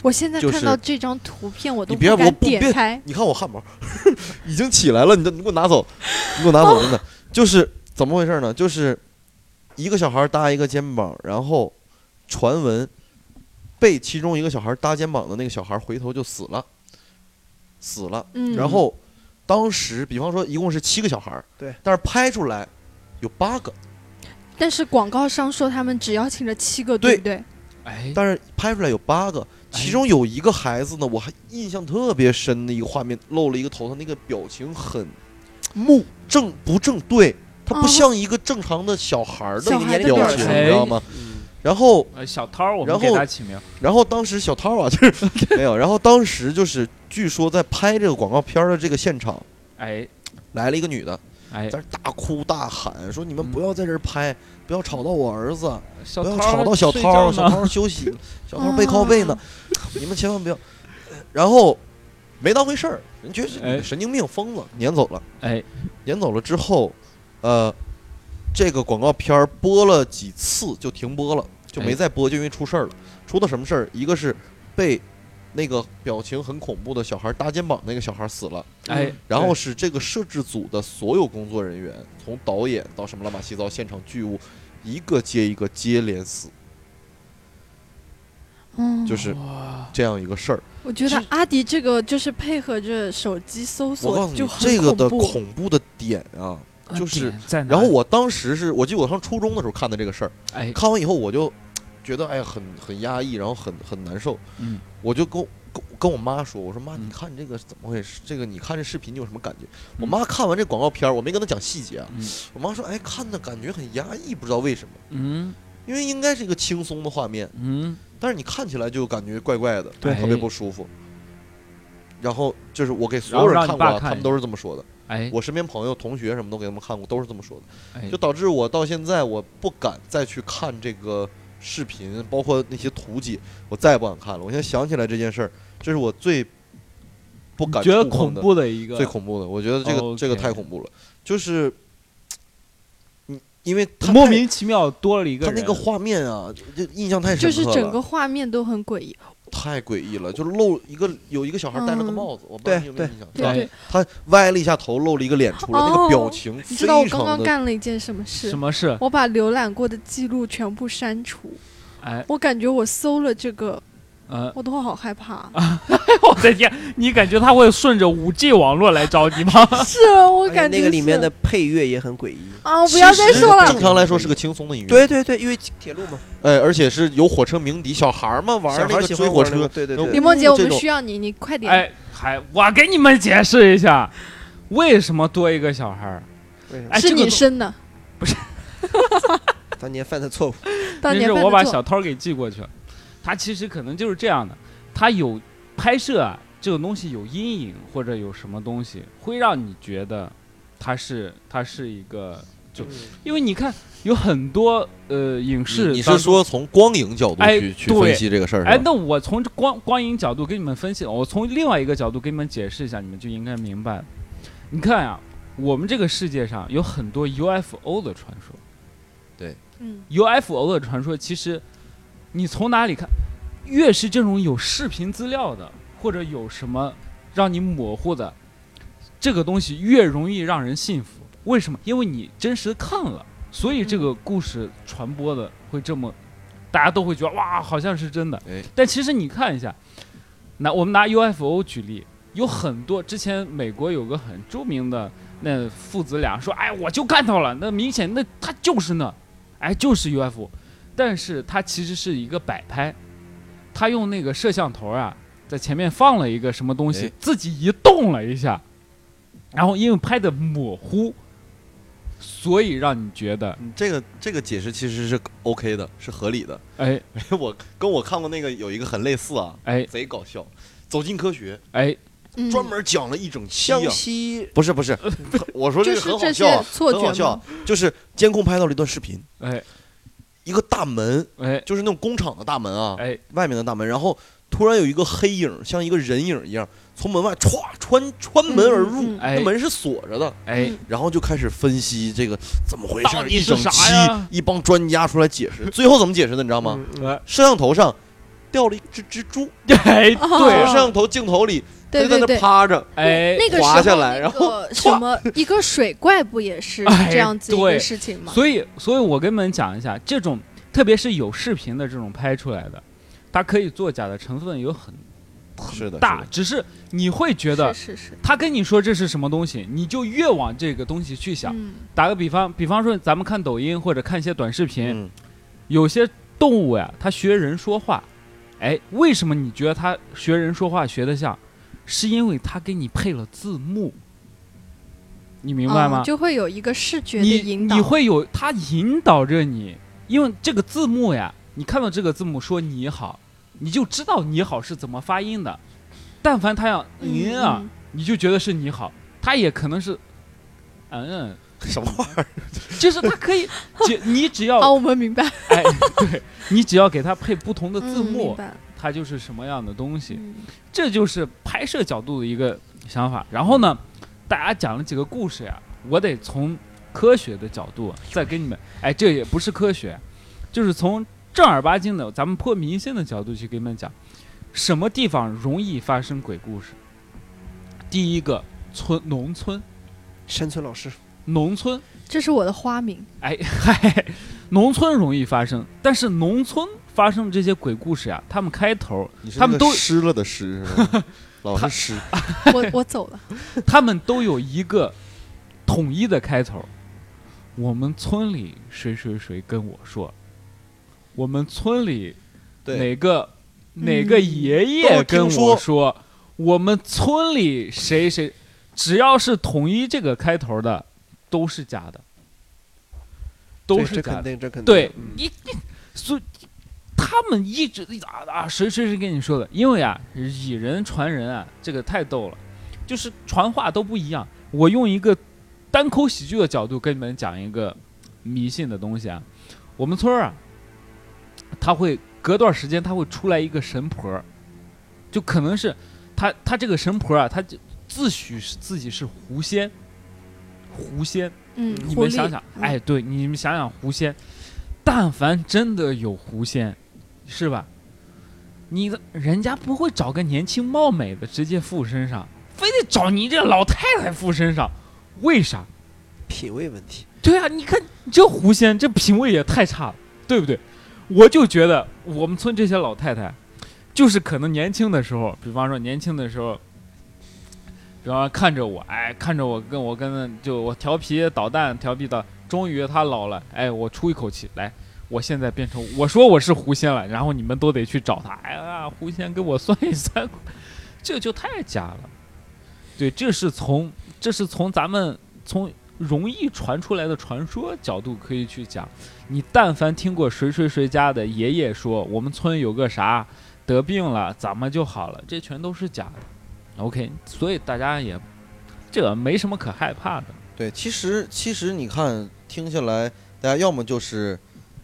S3: 我现在
S2: 就
S3: 看
S2: 是
S3: 到这张图片，我都
S2: 你别
S3: 敢
S2: 我不
S3: 点
S2: 别
S3: 开。
S2: 你看我汗毛 已经起来了，你这你给我拿走，你给我拿走，真的就是怎么回事呢？就是一个小孩搭一个肩膀，然后传闻被其中一个小孩搭肩膀的那个小孩回头就死了，死了。
S3: 嗯，
S2: 然后当时比方说一共是七个小孩，
S4: 对，
S2: 但是拍出来有八个，
S3: 但是广告商说他们只邀请了七个，
S2: 对
S3: 不对？
S1: 哎，
S2: 但是拍出来有八个，
S3: 哎
S2: 其中有一个孩子呢，我还印象特别深的一个画面，露了一个头，他那个表情很木正不正对，他不
S3: 哦
S2: 像一个正常的小孩儿的
S3: 小
S2: 一个
S3: 孩的
S2: 表
S3: 表
S2: 情，
S1: 情
S2: 你知道吗？
S4: 嗯
S2: 然后，
S1: 呃小涛儿，我
S2: 然
S1: 们给
S2: 后
S1: 他起名，
S2: 然后当时小涛啊，就是 没有，然后当时就是据说在拍这个广告片儿的这个现场，
S1: 哎
S2: 来了一个女的，
S1: 哎
S2: 在，这儿大哭大喊说：“你们
S1: 嗯
S2: 不要在这儿拍，不要吵到我儿子。”
S1: 小
S2: 不要
S1: 涛
S2: 吵
S1: 儿
S2: 到小
S1: 睡
S2: 涛儿，
S1: 觉
S2: 小
S1: 呢嗯
S2: 涛儿 休息，小涛儿背靠背呢，你们千万不要。然后没当回事儿，人觉得是你
S1: 哎
S2: 神经病、疯子，撵走了。
S1: 哎
S2: 撵走了之后，呃，这个广告片儿播了几次就停播了，就没
S1: 哎
S2: 再播，就因为出事儿了。出的什么事儿？一个是被那个表情很恐怖的小孩搭肩膀那个小孩死了，
S1: 哎，
S2: 嗯然后是这个摄制组的所有工作人员，从导演到什么乱七八糟现场剧务，一个接一个接连死。
S3: 嗯，
S2: 就是
S1: 哇
S2: 这样一个事儿。
S3: 我觉得阿迪这个就是配合着手机搜
S2: 我告
S3: 索
S2: 诉
S3: 就
S2: 你，
S3: 很
S2: 这个的
S3: 恐怖
S2: 恐怖的点啊，
S1: 那
S2: 就是
S1: 点在哪
S2: 然后
S1: 里
S2: 我当时是我记得我上初中的时候看的这个事儿，
S1: 哎
S2: 看完以后我就觉得哎呀很很压抑，然后很很难受，
S1: 嗯
S2: 我就跟我跟跟我妈说，我说妈，
S1: 嗯
S2: 你看这个怎么回事？这个你看这视频你有什么感觉？
S1: 嗯
S2: 我妈看完这广告片儿，我没跟她讲细节啊，
S1: 嗯
S2: 我妈说哎看的感觉很压抑，不知道为什么。
S1: 嗯
S2: 因为应该是一个轻松的画面，
S1: 嗯
S2: 但是你看起来就感觉怪怪的，
S1: 对
S2: 特别不舒服。然后就是我给所
S1: 然
S2: 有
S1: 后
S2: 人
S1: 让你
S2: 看过啊，
S1: 爸看
S2: 他们都是这么说的。
S1: 哎，
S2: 我身边朋友、同学什么都给他们看过，都是这么说的。
S1: 哎
S3: 嗯
S2: 就导致我到现在我不敢再去看这个视频，包括那些图解，我再也不敢看了。我现在想起来这件事儿，这是我最不敢
S1: 觉得
S2: 触碰
S1: 恐
S2: 的、
S1: 怖的一个
S2: 最恐怖的。我觉得这个这个
S1: OK
S2: 太恐怖了，就是你因为他
S1: 莫
S2: 太
S1: 名其妙多了一个
S2: 他
S1: 人，
S2: 那个画面啊，就就印象太深
S3: 就
S2: 刻
S3: 是
S2: 了，
S3: 整个画面都很诡异。
S2: 太诡异了。就露一个有一个小孩戴了个
S3: 嗯
S2: 帽子，啊我不知道
S4: 对
S2: 你有没有
S4: 对
S2: 印象，是
S3: 对
S1: 哎
S2: 吧？
S3: 对，
S2: 他歪了一下头，露了一个脸出来，那个
S3: 哦
S2: 表情
S3: 你知道我
S2: 非
S3: 刚
S2: 常
S3: 刚
S2: 的
S3: 干了一件什么事
S1: 什？么事？
S3: 我把浏览过的记录全部删除。
S1: 哎，
S3: 我感觉我搜了这个，
S1: 呃，
S3: 我都好 害怕。
S5: 我的天，你感觉他会顺着五 G 网络来找你吗？
S3: 是啊，我
S4: 而且
S3: 感觉
S2: 哎
S4: 那个里面
S3: 是
S4: 的配乐也很诡异。
S3: 啊，我不要再说
S2: 正
S3: 了。
S2: 常来说是个轻松的音乐，
S4: 对对对，因为铁路嘛，
S2: 哎，而且是有火车鸣笛，小孩儿嘛玩
S4: 小
S2: 儿
S4: 孩
S2: 那
S4: 儿
S2: 个
S4: 喜
S2: 追
S4: 欢
S2: 火
S4: 玩那
S2: 车
S4: 个，，对对
S2: 然后
S4: 对
S3: 李，梦姐，我
S2: 这
S3: 们
S2: 种
S3: 需要你，你快 点。
S1: 哎，还我给你们解释一下，为什么多一个小孩儿？
S4: 为什么
S1: 哎，
S3: 是
S1: 这个
S3: 你生的，
S4: 当年犯的错误？
S3: 当
S1: 那
S3: 年
S1: 是
S3: 犯
S1: 我
S3: 的
S1: 把
S3: 错
S1: 小涛给寄过去了。他其实可能就是这样的，他有拍摄啊，这种东西有阴影或者有什么东西，会让你觉得他是他是一个，就
S4: 嗯
S1: 因为你看有很多呃影视
S2: 你你
S1: 当
S2: 是
S1: 中
S2: 说从光影角度
S1: 哎
S2: 去去
S1: 对
S2: 分析这个事儿？
S1: 哎
S2: 是，吧
S1: 那我从这光光影角度给你们分析，我从另外一个角度给你们解释一下，你们就应该明白了。你看呀、我们这个世界上有很多 UFO 的传说
S3: 嗯，
S1: ，UFO 的传说其实你从哪里看，越是这种有视频资料的，或者有什么让你模糊的，这个东西越容易让人信服。为什么？因为你真实看了，所以这个故事传播的会这么，大家都会觉得哇，好像是真的。
S2: 哎
S1: 但其实你看一下，拿我们拿 UFO 举例，有很多之前美国有个很著名的那父子俩说，哎，我就看到了，那明显那他就是那，哎，就是 UFO，但是它其实是一个摆拍，他用那个摄像头啊，在前面放了一个什么东西，
S2: 哎
S1: 自己移动了一下，然后因为拍的模糊，所以让你觉得，
S2: 你这个这个解释其实是 OK 的，是合理的。
S1: 哎
S2: 我跟我看过那个有一个很类似啊，
S1: 哎
S2: 贼搞笑，《走进科学
S1: 哎，》
S3: 嗯
S2: 专门讲了一整期啊
S4: 湘。西
S2: 不是不是，我说这个
S3: 就是
S2: 很好
S3: 这
S2: 笑
S3: 些
S2: 啊，
S3: 错
S2: 很好
S3: 觉
S2: 笑
S3: 吗
S2: 啊？，就是监控拍到了一段视频，
S1: 哎
S2: 一个大门，
S1: 哎
S2: 就是那种工厂的大门啊，
S1: 哎，
S2: 外面的大门，然后突然有一个黑影，像一个人影一样，从门外歘穿穿门而入，
S3: 嗯嗯嗯
S1: 哎
S2: 那门是锁着的，
S1: 哎
S3: 嗯，
S2: 然后就开始分析这个怎么回事
S1: 到
S2: 儿，
S1: 底
S2: 一
S1: 是
S2: 整
S1: 啥
S2: 期
S1: 呀
S2: 一帮专家出来解释，最后怎么解释的你知道吗？
S4: 嗯
S1: 呃
S2: 摄像头上掉了一只蜘蛛，
S1: 哎，
S2: 从
S1: 对
S3: 哦
S2: 摄像头镜头里，它
S3: 对
S2: 就在
S3: 对
S2: 那
S3: 对。
S2: 趴着，
S1: 哎
S3: 那个时
S2: 滑
S3: 候
S2: 下来然后
S3: 那个什么一个水怪不也是
S1: 哎
S3: 这样子一
S1: 对
S3: 个事情吗？
S1: 所以，所以我跟你们讲一下，这种特别是有视频的这种拍出来的，它可以作假的成分有很
S2: 是的，
S1: 大
S2: 是，的
S1: 只是你会觉得
S3: 是是是，
S1: 他跟你说这是什么东西，你就越往这个东西去想。
S3: 嗯，
S1: 打个比方，比方说咱们看抖音或者看一些短视频，
S2: 嗯，
S1: 有些动物呀，它学人说话，哎，为什么你觉得它学人说话学得像？是因为它给你配了字幕，你明白吗？
S3: 嗯就会有一个视觉的
S1: 你
S3: 引导。
S1: 你会有他引导着你，因为这个字幕呀，你看到这个字幕说你好，你就知道你好是怎么发音的。但凡他要
S3: 嗯
S1: 嗯 啊，
S3: 嗯
S1: 你就觉得是你好，他也可能是嗯，
S2: 什么玩意儿？
S1: 就是他可以只 你只要、
S3: 哦，我们明白了
S1: 哎，对你只要给他配不同的字
S3: 嗯明
S1: 幕，
S3: 白了
S1: 它就是什么样的东西。
S3: 嗯
S1: 这就是拍摄角度的一个想法。然后呢，大家讲了几个故事呀，我得从科学的角度再给你们，哎，这也不是科学，就是从正儿八经的咱们破迷信的角度去给你们讲，什么地方容易发生鬼故事。第一个村，农村，
S4: 山村老师，
S1: 农村，
S3: 这是我的花名。
S1: 哎 嗨，农村容易发生，但是农村发生这些鬼故事呀，他们开头
S2: 你是
S1: 他们
S2: 那
S1: 都
S2: 个湿了的湿是吧，老是湿，
S3: 我我走 了，
S1: 他们都有一个统一的开头。我们村里谁谁谁跟我说，我们村里
S2: 对，
S1: 哪个哪个爷爷跟
S2: 都听
S1: 我说，我们村里谁谁，只要是统一这个开头的，都是假的，都
S4: 这
S1: 是
S4: 这
S1: 假
S4: 肯
S1: 的。
S4: 定，这肯定，
S1: 对
S4: 嗯
S1: 你，你所以他们一直啊啊，谁谁谁跟你说的？因为啊，以人传人啊，这个太逗了，就是传话都不一样。我用一个单口喜剧的角度跟你们讲一个迷信的东西啊。我们村儿啊，他会隔段时间他会出来一个神婆儿，就可能是他他这个神婆儿啊，他就自诩是自己是狐仙，狐仙。
S3: 嗯，
S1: 你
S3: 狐
S1: 们
S3: 狸
S1: 想想，
S3: 嗯
S1: 哎，对，你们想想狐仙，但凡真的有狐仙，是吧？你的人家不会找个年轻貌美的直接附身上，非得找你这老太太附身上，为啥？
S4: 品味问题，
S1: 对啊，你看这狐仙这品味也太差了，对不对？我就觉得我们村这些老太太，就是可能年轻的时候，比方说年轻的时候，比方说看着我，哎，看着我跟我跟就我调皮捣蛋，调皮的，终于她老了，哎，我出一口气来。我现在变成我说我是狐仙了，然后你们都得去找她。哎呀，狐仙给我算一算， 这就太假了。对，这是从这是从咱们从容易传出来的传说角度可以去讲。你但凡听过谁谁谁家的爷爷说我们村有个啥得病了，怎么就好了，这全都是假的。OK，所以大家也这个没什么可害怕的。
S2: 对，其实其实你看听下来，大家要么就是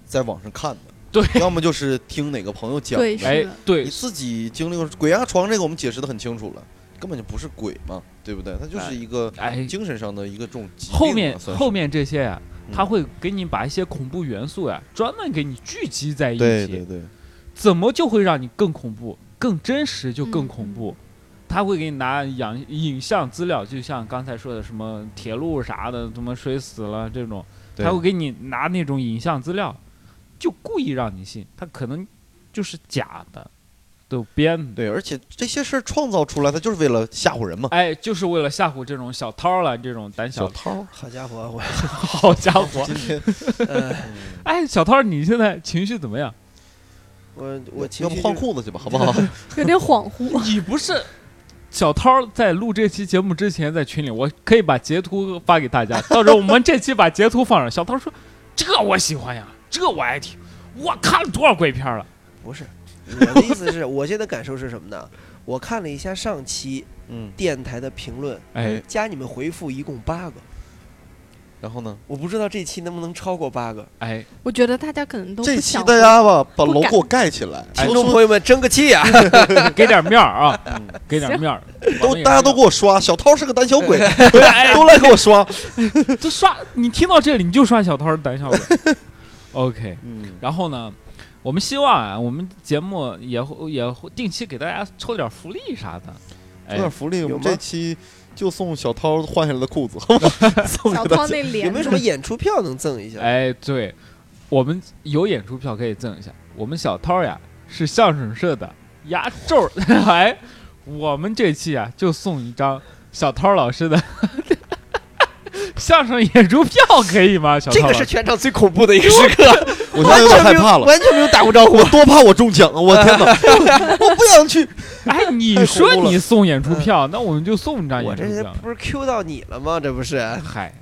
S2: 在网上看的，
S1: 对
S2: 要么就是听哪个朋友讲
S3: 对
S2: 的。
S1: 哎
S3: 是的，
S1: 对
S2: 你，自己经历过鬼压床这个，我们解释的很清楚了，根本就不是鬼嘛，对不对？它就是一个
S1: 哎，
S2: 精神上的一个这种疾病嘛
S1: 后面
S2: 算是
S1: 后面这些呀、
S2: 嗯
S1: 他会给你把一些恐怖元素呀、专门给你聚集在一起。
S2: 对对对，
S1: 怎么就会让你更恐怖、更真实，就更
S3: 嗯
S1: 恐怖？他会给你拿影影像资料，就像刚才说的什么铁路啥的，怎么水死了这种，
S2: 对
S1: 他会给你拿那种影像资料，就故意让你信，他可能就是假的，都编的。
S2: 对，而且这些事儿创造出来，它就是为了吓唬人嘛。
S1: 哎，就是为了吓唬这种小涛儿了，这种胆小
S2: 小，涛，
S4: 好家伙，我
S1: 好家伙！
S2: 今 天
S4: 呃，
S1: 哎，小涛儿，你现在情绪怎么样？
S4: 我我
S2: 要
S4: 情
S2: 不
S4: 绪
S2: 换
S4: 就是
S2: 裤子去吧，好不好？
S3: 有点恍惚。
S1: 你不是 小涛在录这期节目之前在群里，我可以把截图发给大家， 到时候我们这期把截图放上。小涛说：“这我喜欢呀，这我爱听，我看了多少鬼片了
S4: 不是我的意思是，我现在感受是什么呢？我看了一下上期
S2: 嗯，
S4: 电台的评论，
S1: 哎，
S4: 加你们回复一共八个，
S2: 然后呢？
S4: 我不知道这期能不能超过八个。！”
S1: 哎，
S3: 我觉得大家可能都
S2: 这
S3: 不
S2: 期
S3: 想
S2: 大家吧，把
S3: 不
S2: 楼
S3: 敢
S2: 给我盖起来，
S1: 哎
S2: 说
S4: 听众朋友们争个气啊！
S1: 给点面儿 啊，
S2: 嗯
S1: 给点面儿。
S2: 都大家都给我刷，小涛是个胆小 鬼，
S1: 哎
S2: 都来给我刷。
S1: 都刷，你听到这里你就刷小涛胆小 鬼。OK，
S2: 嗯，
S1: 然后呢，我们希望啊，我们节目也会也会定期给大家抽点福利啥的。
S2: 有
S1: 哎
S2: 点，福利，我们
S4: 有吗
S2: 这期就送小涛换下来的裤子，送
S3: 小
S2: 给
S3: 涛
S2: 大家。
S3: 那脸
S4: 有没有什么演出票能赠一下？
S1: 哎，对，我们有演出票可以赠一下。我们小涛呀是相声社的压轴儿，哎，我们这期啊就送一张小涛老师的 相声演出票，可以吗？小
S4: 这
S1: 涛老
S4: 个
S1: 师
S4: 是全场最恐怖的一个时刻，
S2: 我现在有点害怕了，
S4: 完全没有打过招呼。
S2: 我多怕我中奖啊！我天哪，我不想去。
S1: 哎，你
S2: 太恐
S1: 说
S2: 怖了
S1: 你送演出票，那我们就送一张
S4: 嗯我
S1: 演出
S4: 这是
S1: 票。
S4: 不是 Q 到你了吗？这不是？
S1: 嗨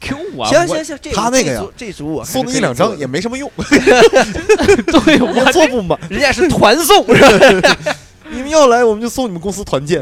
S1: ，Q 我啊，
S4: 行
S1: 我
S4: 行行，这
S2: 他那个呀
S4: 这组这组我还是
S2: 送那
S4: 可
S2: 一
S4: 以
S2: 两张
S4: 做
S2: 也没什么用，
S1: 对我
S2: 也做不满。
S4: 人家是团送，是吧？
S2: 你们要来，我们就送你们公司团建，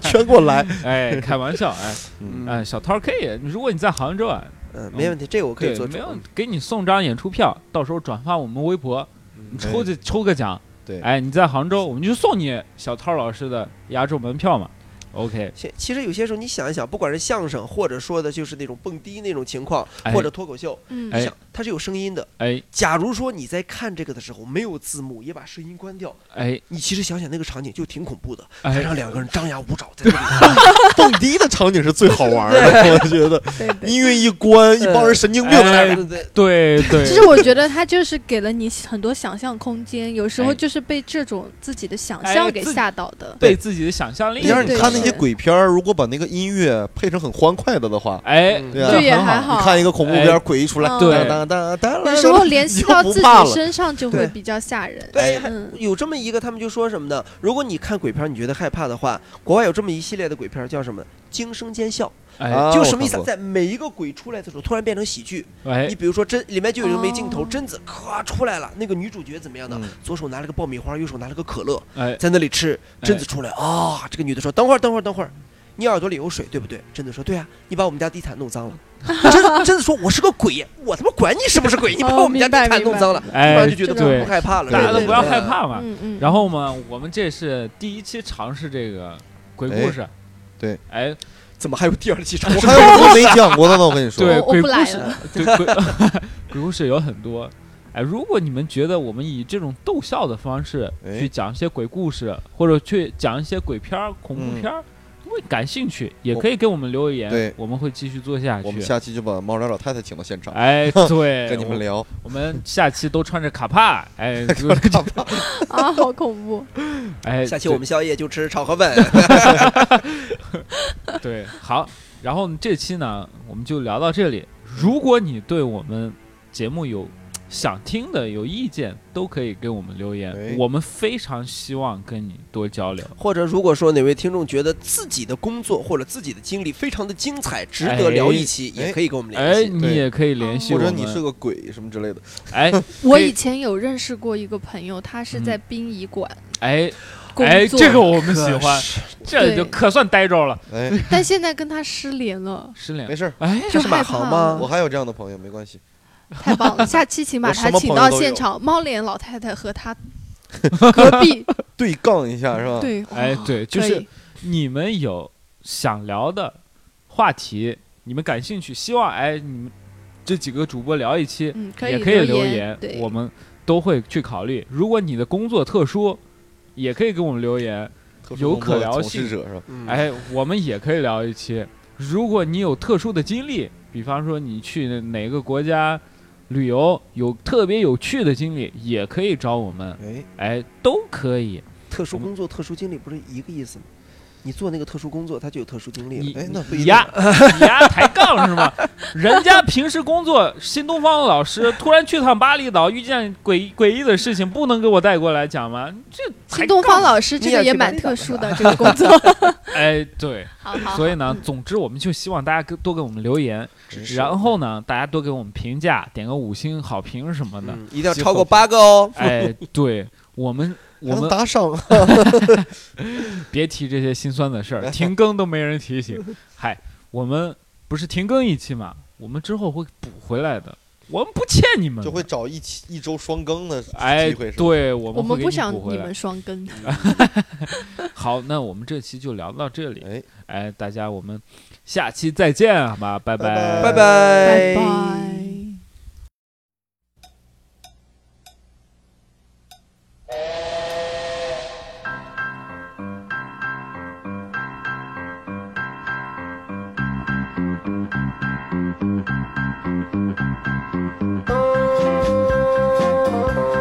S2: 全给我来。
S1: 哎，开玩笑，哎
S2: 嗯
S1: 哎，小涛可以，如果你在杭州啊，
S4: 嗯，没问题，这个我可以
S1: 对，
S4: 做主。
S1: 没有给你送张演出票，到时候转发我们微博，你抽这抽个奖，
S2: 对
S1: 哎，你在杭州，我们就送你小涛老师的压轴门票嘛。OK，
S4: 其其实有些时候你想一想，不管是相声，或者说的就是那种蹦迪那种情况，
S1: 哎
S4: 或者脱口秀，
S3: 嗯
S1: 哎
S4: 你想它是有声音的。
S1: 哎
S4: 假如说你在看这个的时候没有字幕，也把声音关掉，
S1: 哎
S4: 你其实想想那个场景就挺恐怖的，还
S1: 哎，
S4: 让两个人张牙舞爪在那里。
S2: 蹦迪的场景是最好玩的，我觉得
S3: 对对。
S2: 音乐一关，一帮人神经病在那儿
S1: 哎
S4: 对对
S1: 对 对
S3: 其实，我觉得他就是给了你很多想象空间，有时
S1: 哎
S3: 候就是被这种自己的想
S1: 哎
S3: 象给
S1: 自己
S3: 吓到的。
S1: 被自己的想象力
S2: 你让你
S3: 对
S2: 看那些
S3: 是
S2: 鬼片儿，如果把那个音乐配成很欢快的的话，
S1: 哎，
S4: 嗯
S2: 对啊
S1: 这
S3: 就也
S1: 很
S3: 还
S1: 好
S2: 你看一个恐怖片儿，鬼一出来，
S3: 嗯
S1: 对
S2: 哒哒哒哒，
S3: 有时候联系到
S2: 你就不
S3: 自己
S2: 怕了。
S3: 身上就
S4: 对
S3: 会比较吓人。
S4: 对，还
S3: 嗯，
S4: 有这么一个，他们就说什么呢？如果你看鬼片儿你觉得害怕的话，国外有这么一系列的鬼片儿叫什么？惊声尖笑，
S1: 哎
S2: 啊
S4: 就什么意思
S2: 我看过
S4: 啊？在每一个鬼出来的时候，突然变成喜剧。
S1: 哎
S4: 你，比如说贞，里面就有这么一镜头，
S3: 哦
S4: 贞子咔出来了，那个女主角怎么样呢？
S2: 嗯
S4: 左手拿了个爆米花，右手拿了个可乐，
S1: 哎
S2: 哎
S4: 在那里吃。贞子出来啊、这个女的说：“等会儿，等会儿，等会儿。”你耳朵里有水，对不对？”贞子说：“对啊，你把我们家地毯弄 脏了。”贞贞子说：“我是个鬼，我他妈管你是不是鬼，你把
S3: 哦
S4: 我们家
S3: 明白
S4: 地毯
S3: 明白嗯
S4: 弄脏 了，突
S1: 哎
S4: 然就，觉得
S3: 这个
S4: 不
S1: 对，
S4: 害怕了。”
S1: 大
S4: 对
S1: 家
S4: 对
S1: 都
S4: 对
S1: 不要
S4: 对
S1: 害怕嘛。
S3: 嗯嗯，
S1: 然后嘛，我们这是第一期尝试这个鬼故事。
S2: 对，
S1: 哎，
S4: 怎么还有第二期重
S2: 我
S4: 复
S2: 还？有我都没讲过的呢，我跟你说。
S1: 对
S3: 我
S1: 鬼
S3: 我不来
S1: 故事
S3: 了，
S1: 对鬼 鬼故事有很多。哎，如果你们觉得我们以这种逗笑的方式
S2: 哎
S1: 去讲一些鬼故事，或者去讲一些鬼片儿、恐怖片儿，会感兴趣，也
S2: 嗯我
S1: 可以给我们留言，
S2: 对
S1: 我们会继续做下
S2: 我们
S1: 去。
S2: 下期就把猫爪老太太请到现场，
S1: 哎，对，
S2: 跟你们
S1: 我
S2: 聊。
S1: 我们下期都穿着卡帕， 哎，就
S3: 啊，好恐怖！
S1: 哎，
S4: 下期我们宵夜就吃炒 河粉。
S1: 对 对好，然后这期呢，我们就聊到这里。如果你对我们节目有想听的、有意见，都可以给我们留言，
S2: 哎
S1: 我们非常希望跟你多交流。
S4: 或者如果说哪位听众觉得自己的工作或者自己的经历非常的精彩，值得聊一期，
S2: 哎
S4: 也可以跟我们
S1: 哎，
S4: 联系。
S1: 你也可以联系
S2: 或
S1: 我
S2: 者
S1: 们。
S2: 你是个鬼什么之 类的，
S1: 哎
S3: 我
S1: 以
S3: 以前有认识过一个朋友，他是在殡仪馆
S1: 哎
S3: 工
S1: 哎，
S3: 作，
S1: 这个我们喜欢，这
S3: 对
S1: 就可算呆着了，
S2: 哎，
S3: 但现在跟他失联了，
S1: 失
S2: 没
S1: 联。
S2: 事儿，
S1: 哎，
S3: 就
S4: 马
S3: 害
S4: 航
S3: 怕
S4: 吗
S2: 我
S3: 了。
S2: 还有这样的朋友，没关系。
S3: 太棒了，下期请把
S2: 我什
S3: 他
S2: 么
S3: 请
S2: 朋友
S3: 到
S2: 都有
S3: 现场，猫脸老太太和他隔壁，
S2: 对杠一下是吧？
S3: 对，
S1: 哎
S3: 哇
S1: 对就
S3: 可
S1: 是
S3: 以
S1: 你们有想聊的话题，你们感兴趣，希望哎你们这几个主播聊一期，
S3: 嗯，可以
S1: 也可以留
S3: 言，对，
S1: 我们都会去考虑。如果你的工作特殊，也可以给我们留言，
S2: 特殊
S1: 有
S2: 工作
S1: 可
S2: 的
S1: 聊
S2: 从
S1: 性
S2: 事者是吧？
S4: 嗯，
S1: 哎，我们也可以聊一期。如果你有特殊的经历，比方说你去哪个国家旅游，有特别有趣的经历，也可以找我们，
S2: 哎，
S1: 哎，都可以。
S4: 特殊工作、特殊经历不是一个意思吗？你做那个特殊工作，他就有特殊经历
S1: 你
S4: 了。
S2: 哎那不一
S1: 你
S2: 定
S1: 呀，你呀抬杠是吗？人家平时工作，新东方的老师突然去趟巴厘岛，遇见诡诡异的事情，不能给我带过来讲吗？这抬
S3: 新东
S1: 杠
S3: 方老师这
S4: 你也
S3: 个也
S4: 去管
S3: 蛮
S4: 理
S3: 特
S4: 岗
S3: 殊
S4: 是
S3: 的这个工 作，
S1: 哎，对，
S3: 好好
S1: 所以
S3: 好
S1: 呢
S3: 嗯，
S1: 总之我们就希望大家多给我们留言，
S2: 支持
S1: 然后呢，大家多给我们评价，点个五星好评什么的。
S4: 嗯，一定要超过八个哦。
S1: 哎，对我 们，我
S2: 还能
S1: 们
S2: 打赏啊，
S1: 别提这些心酸的事 儿，停更都没人提醒。嗨，我们不是停更一期嘛，我们之后会补回来的，我们不欠你们的。
S2: 就会找一期一周双更的
S1: 哎
S2: 机会，是吧？
S1: 对我
S3: 我
S1: 们会
S3: 们
S1: 给
S3: 不
S1: 你
S3: 想
S1: 补回
S3: 你
S1: 来
S3: 们双更，
S1: 好，那我们这期就聊到这里。
S2: 哎，
S1: 哎，大家我们下期再见，啊好吧，拜
S2: 拜拜
S4: 拜
S3: 拜
S4: 拜
S3: 拜。
S6: Thank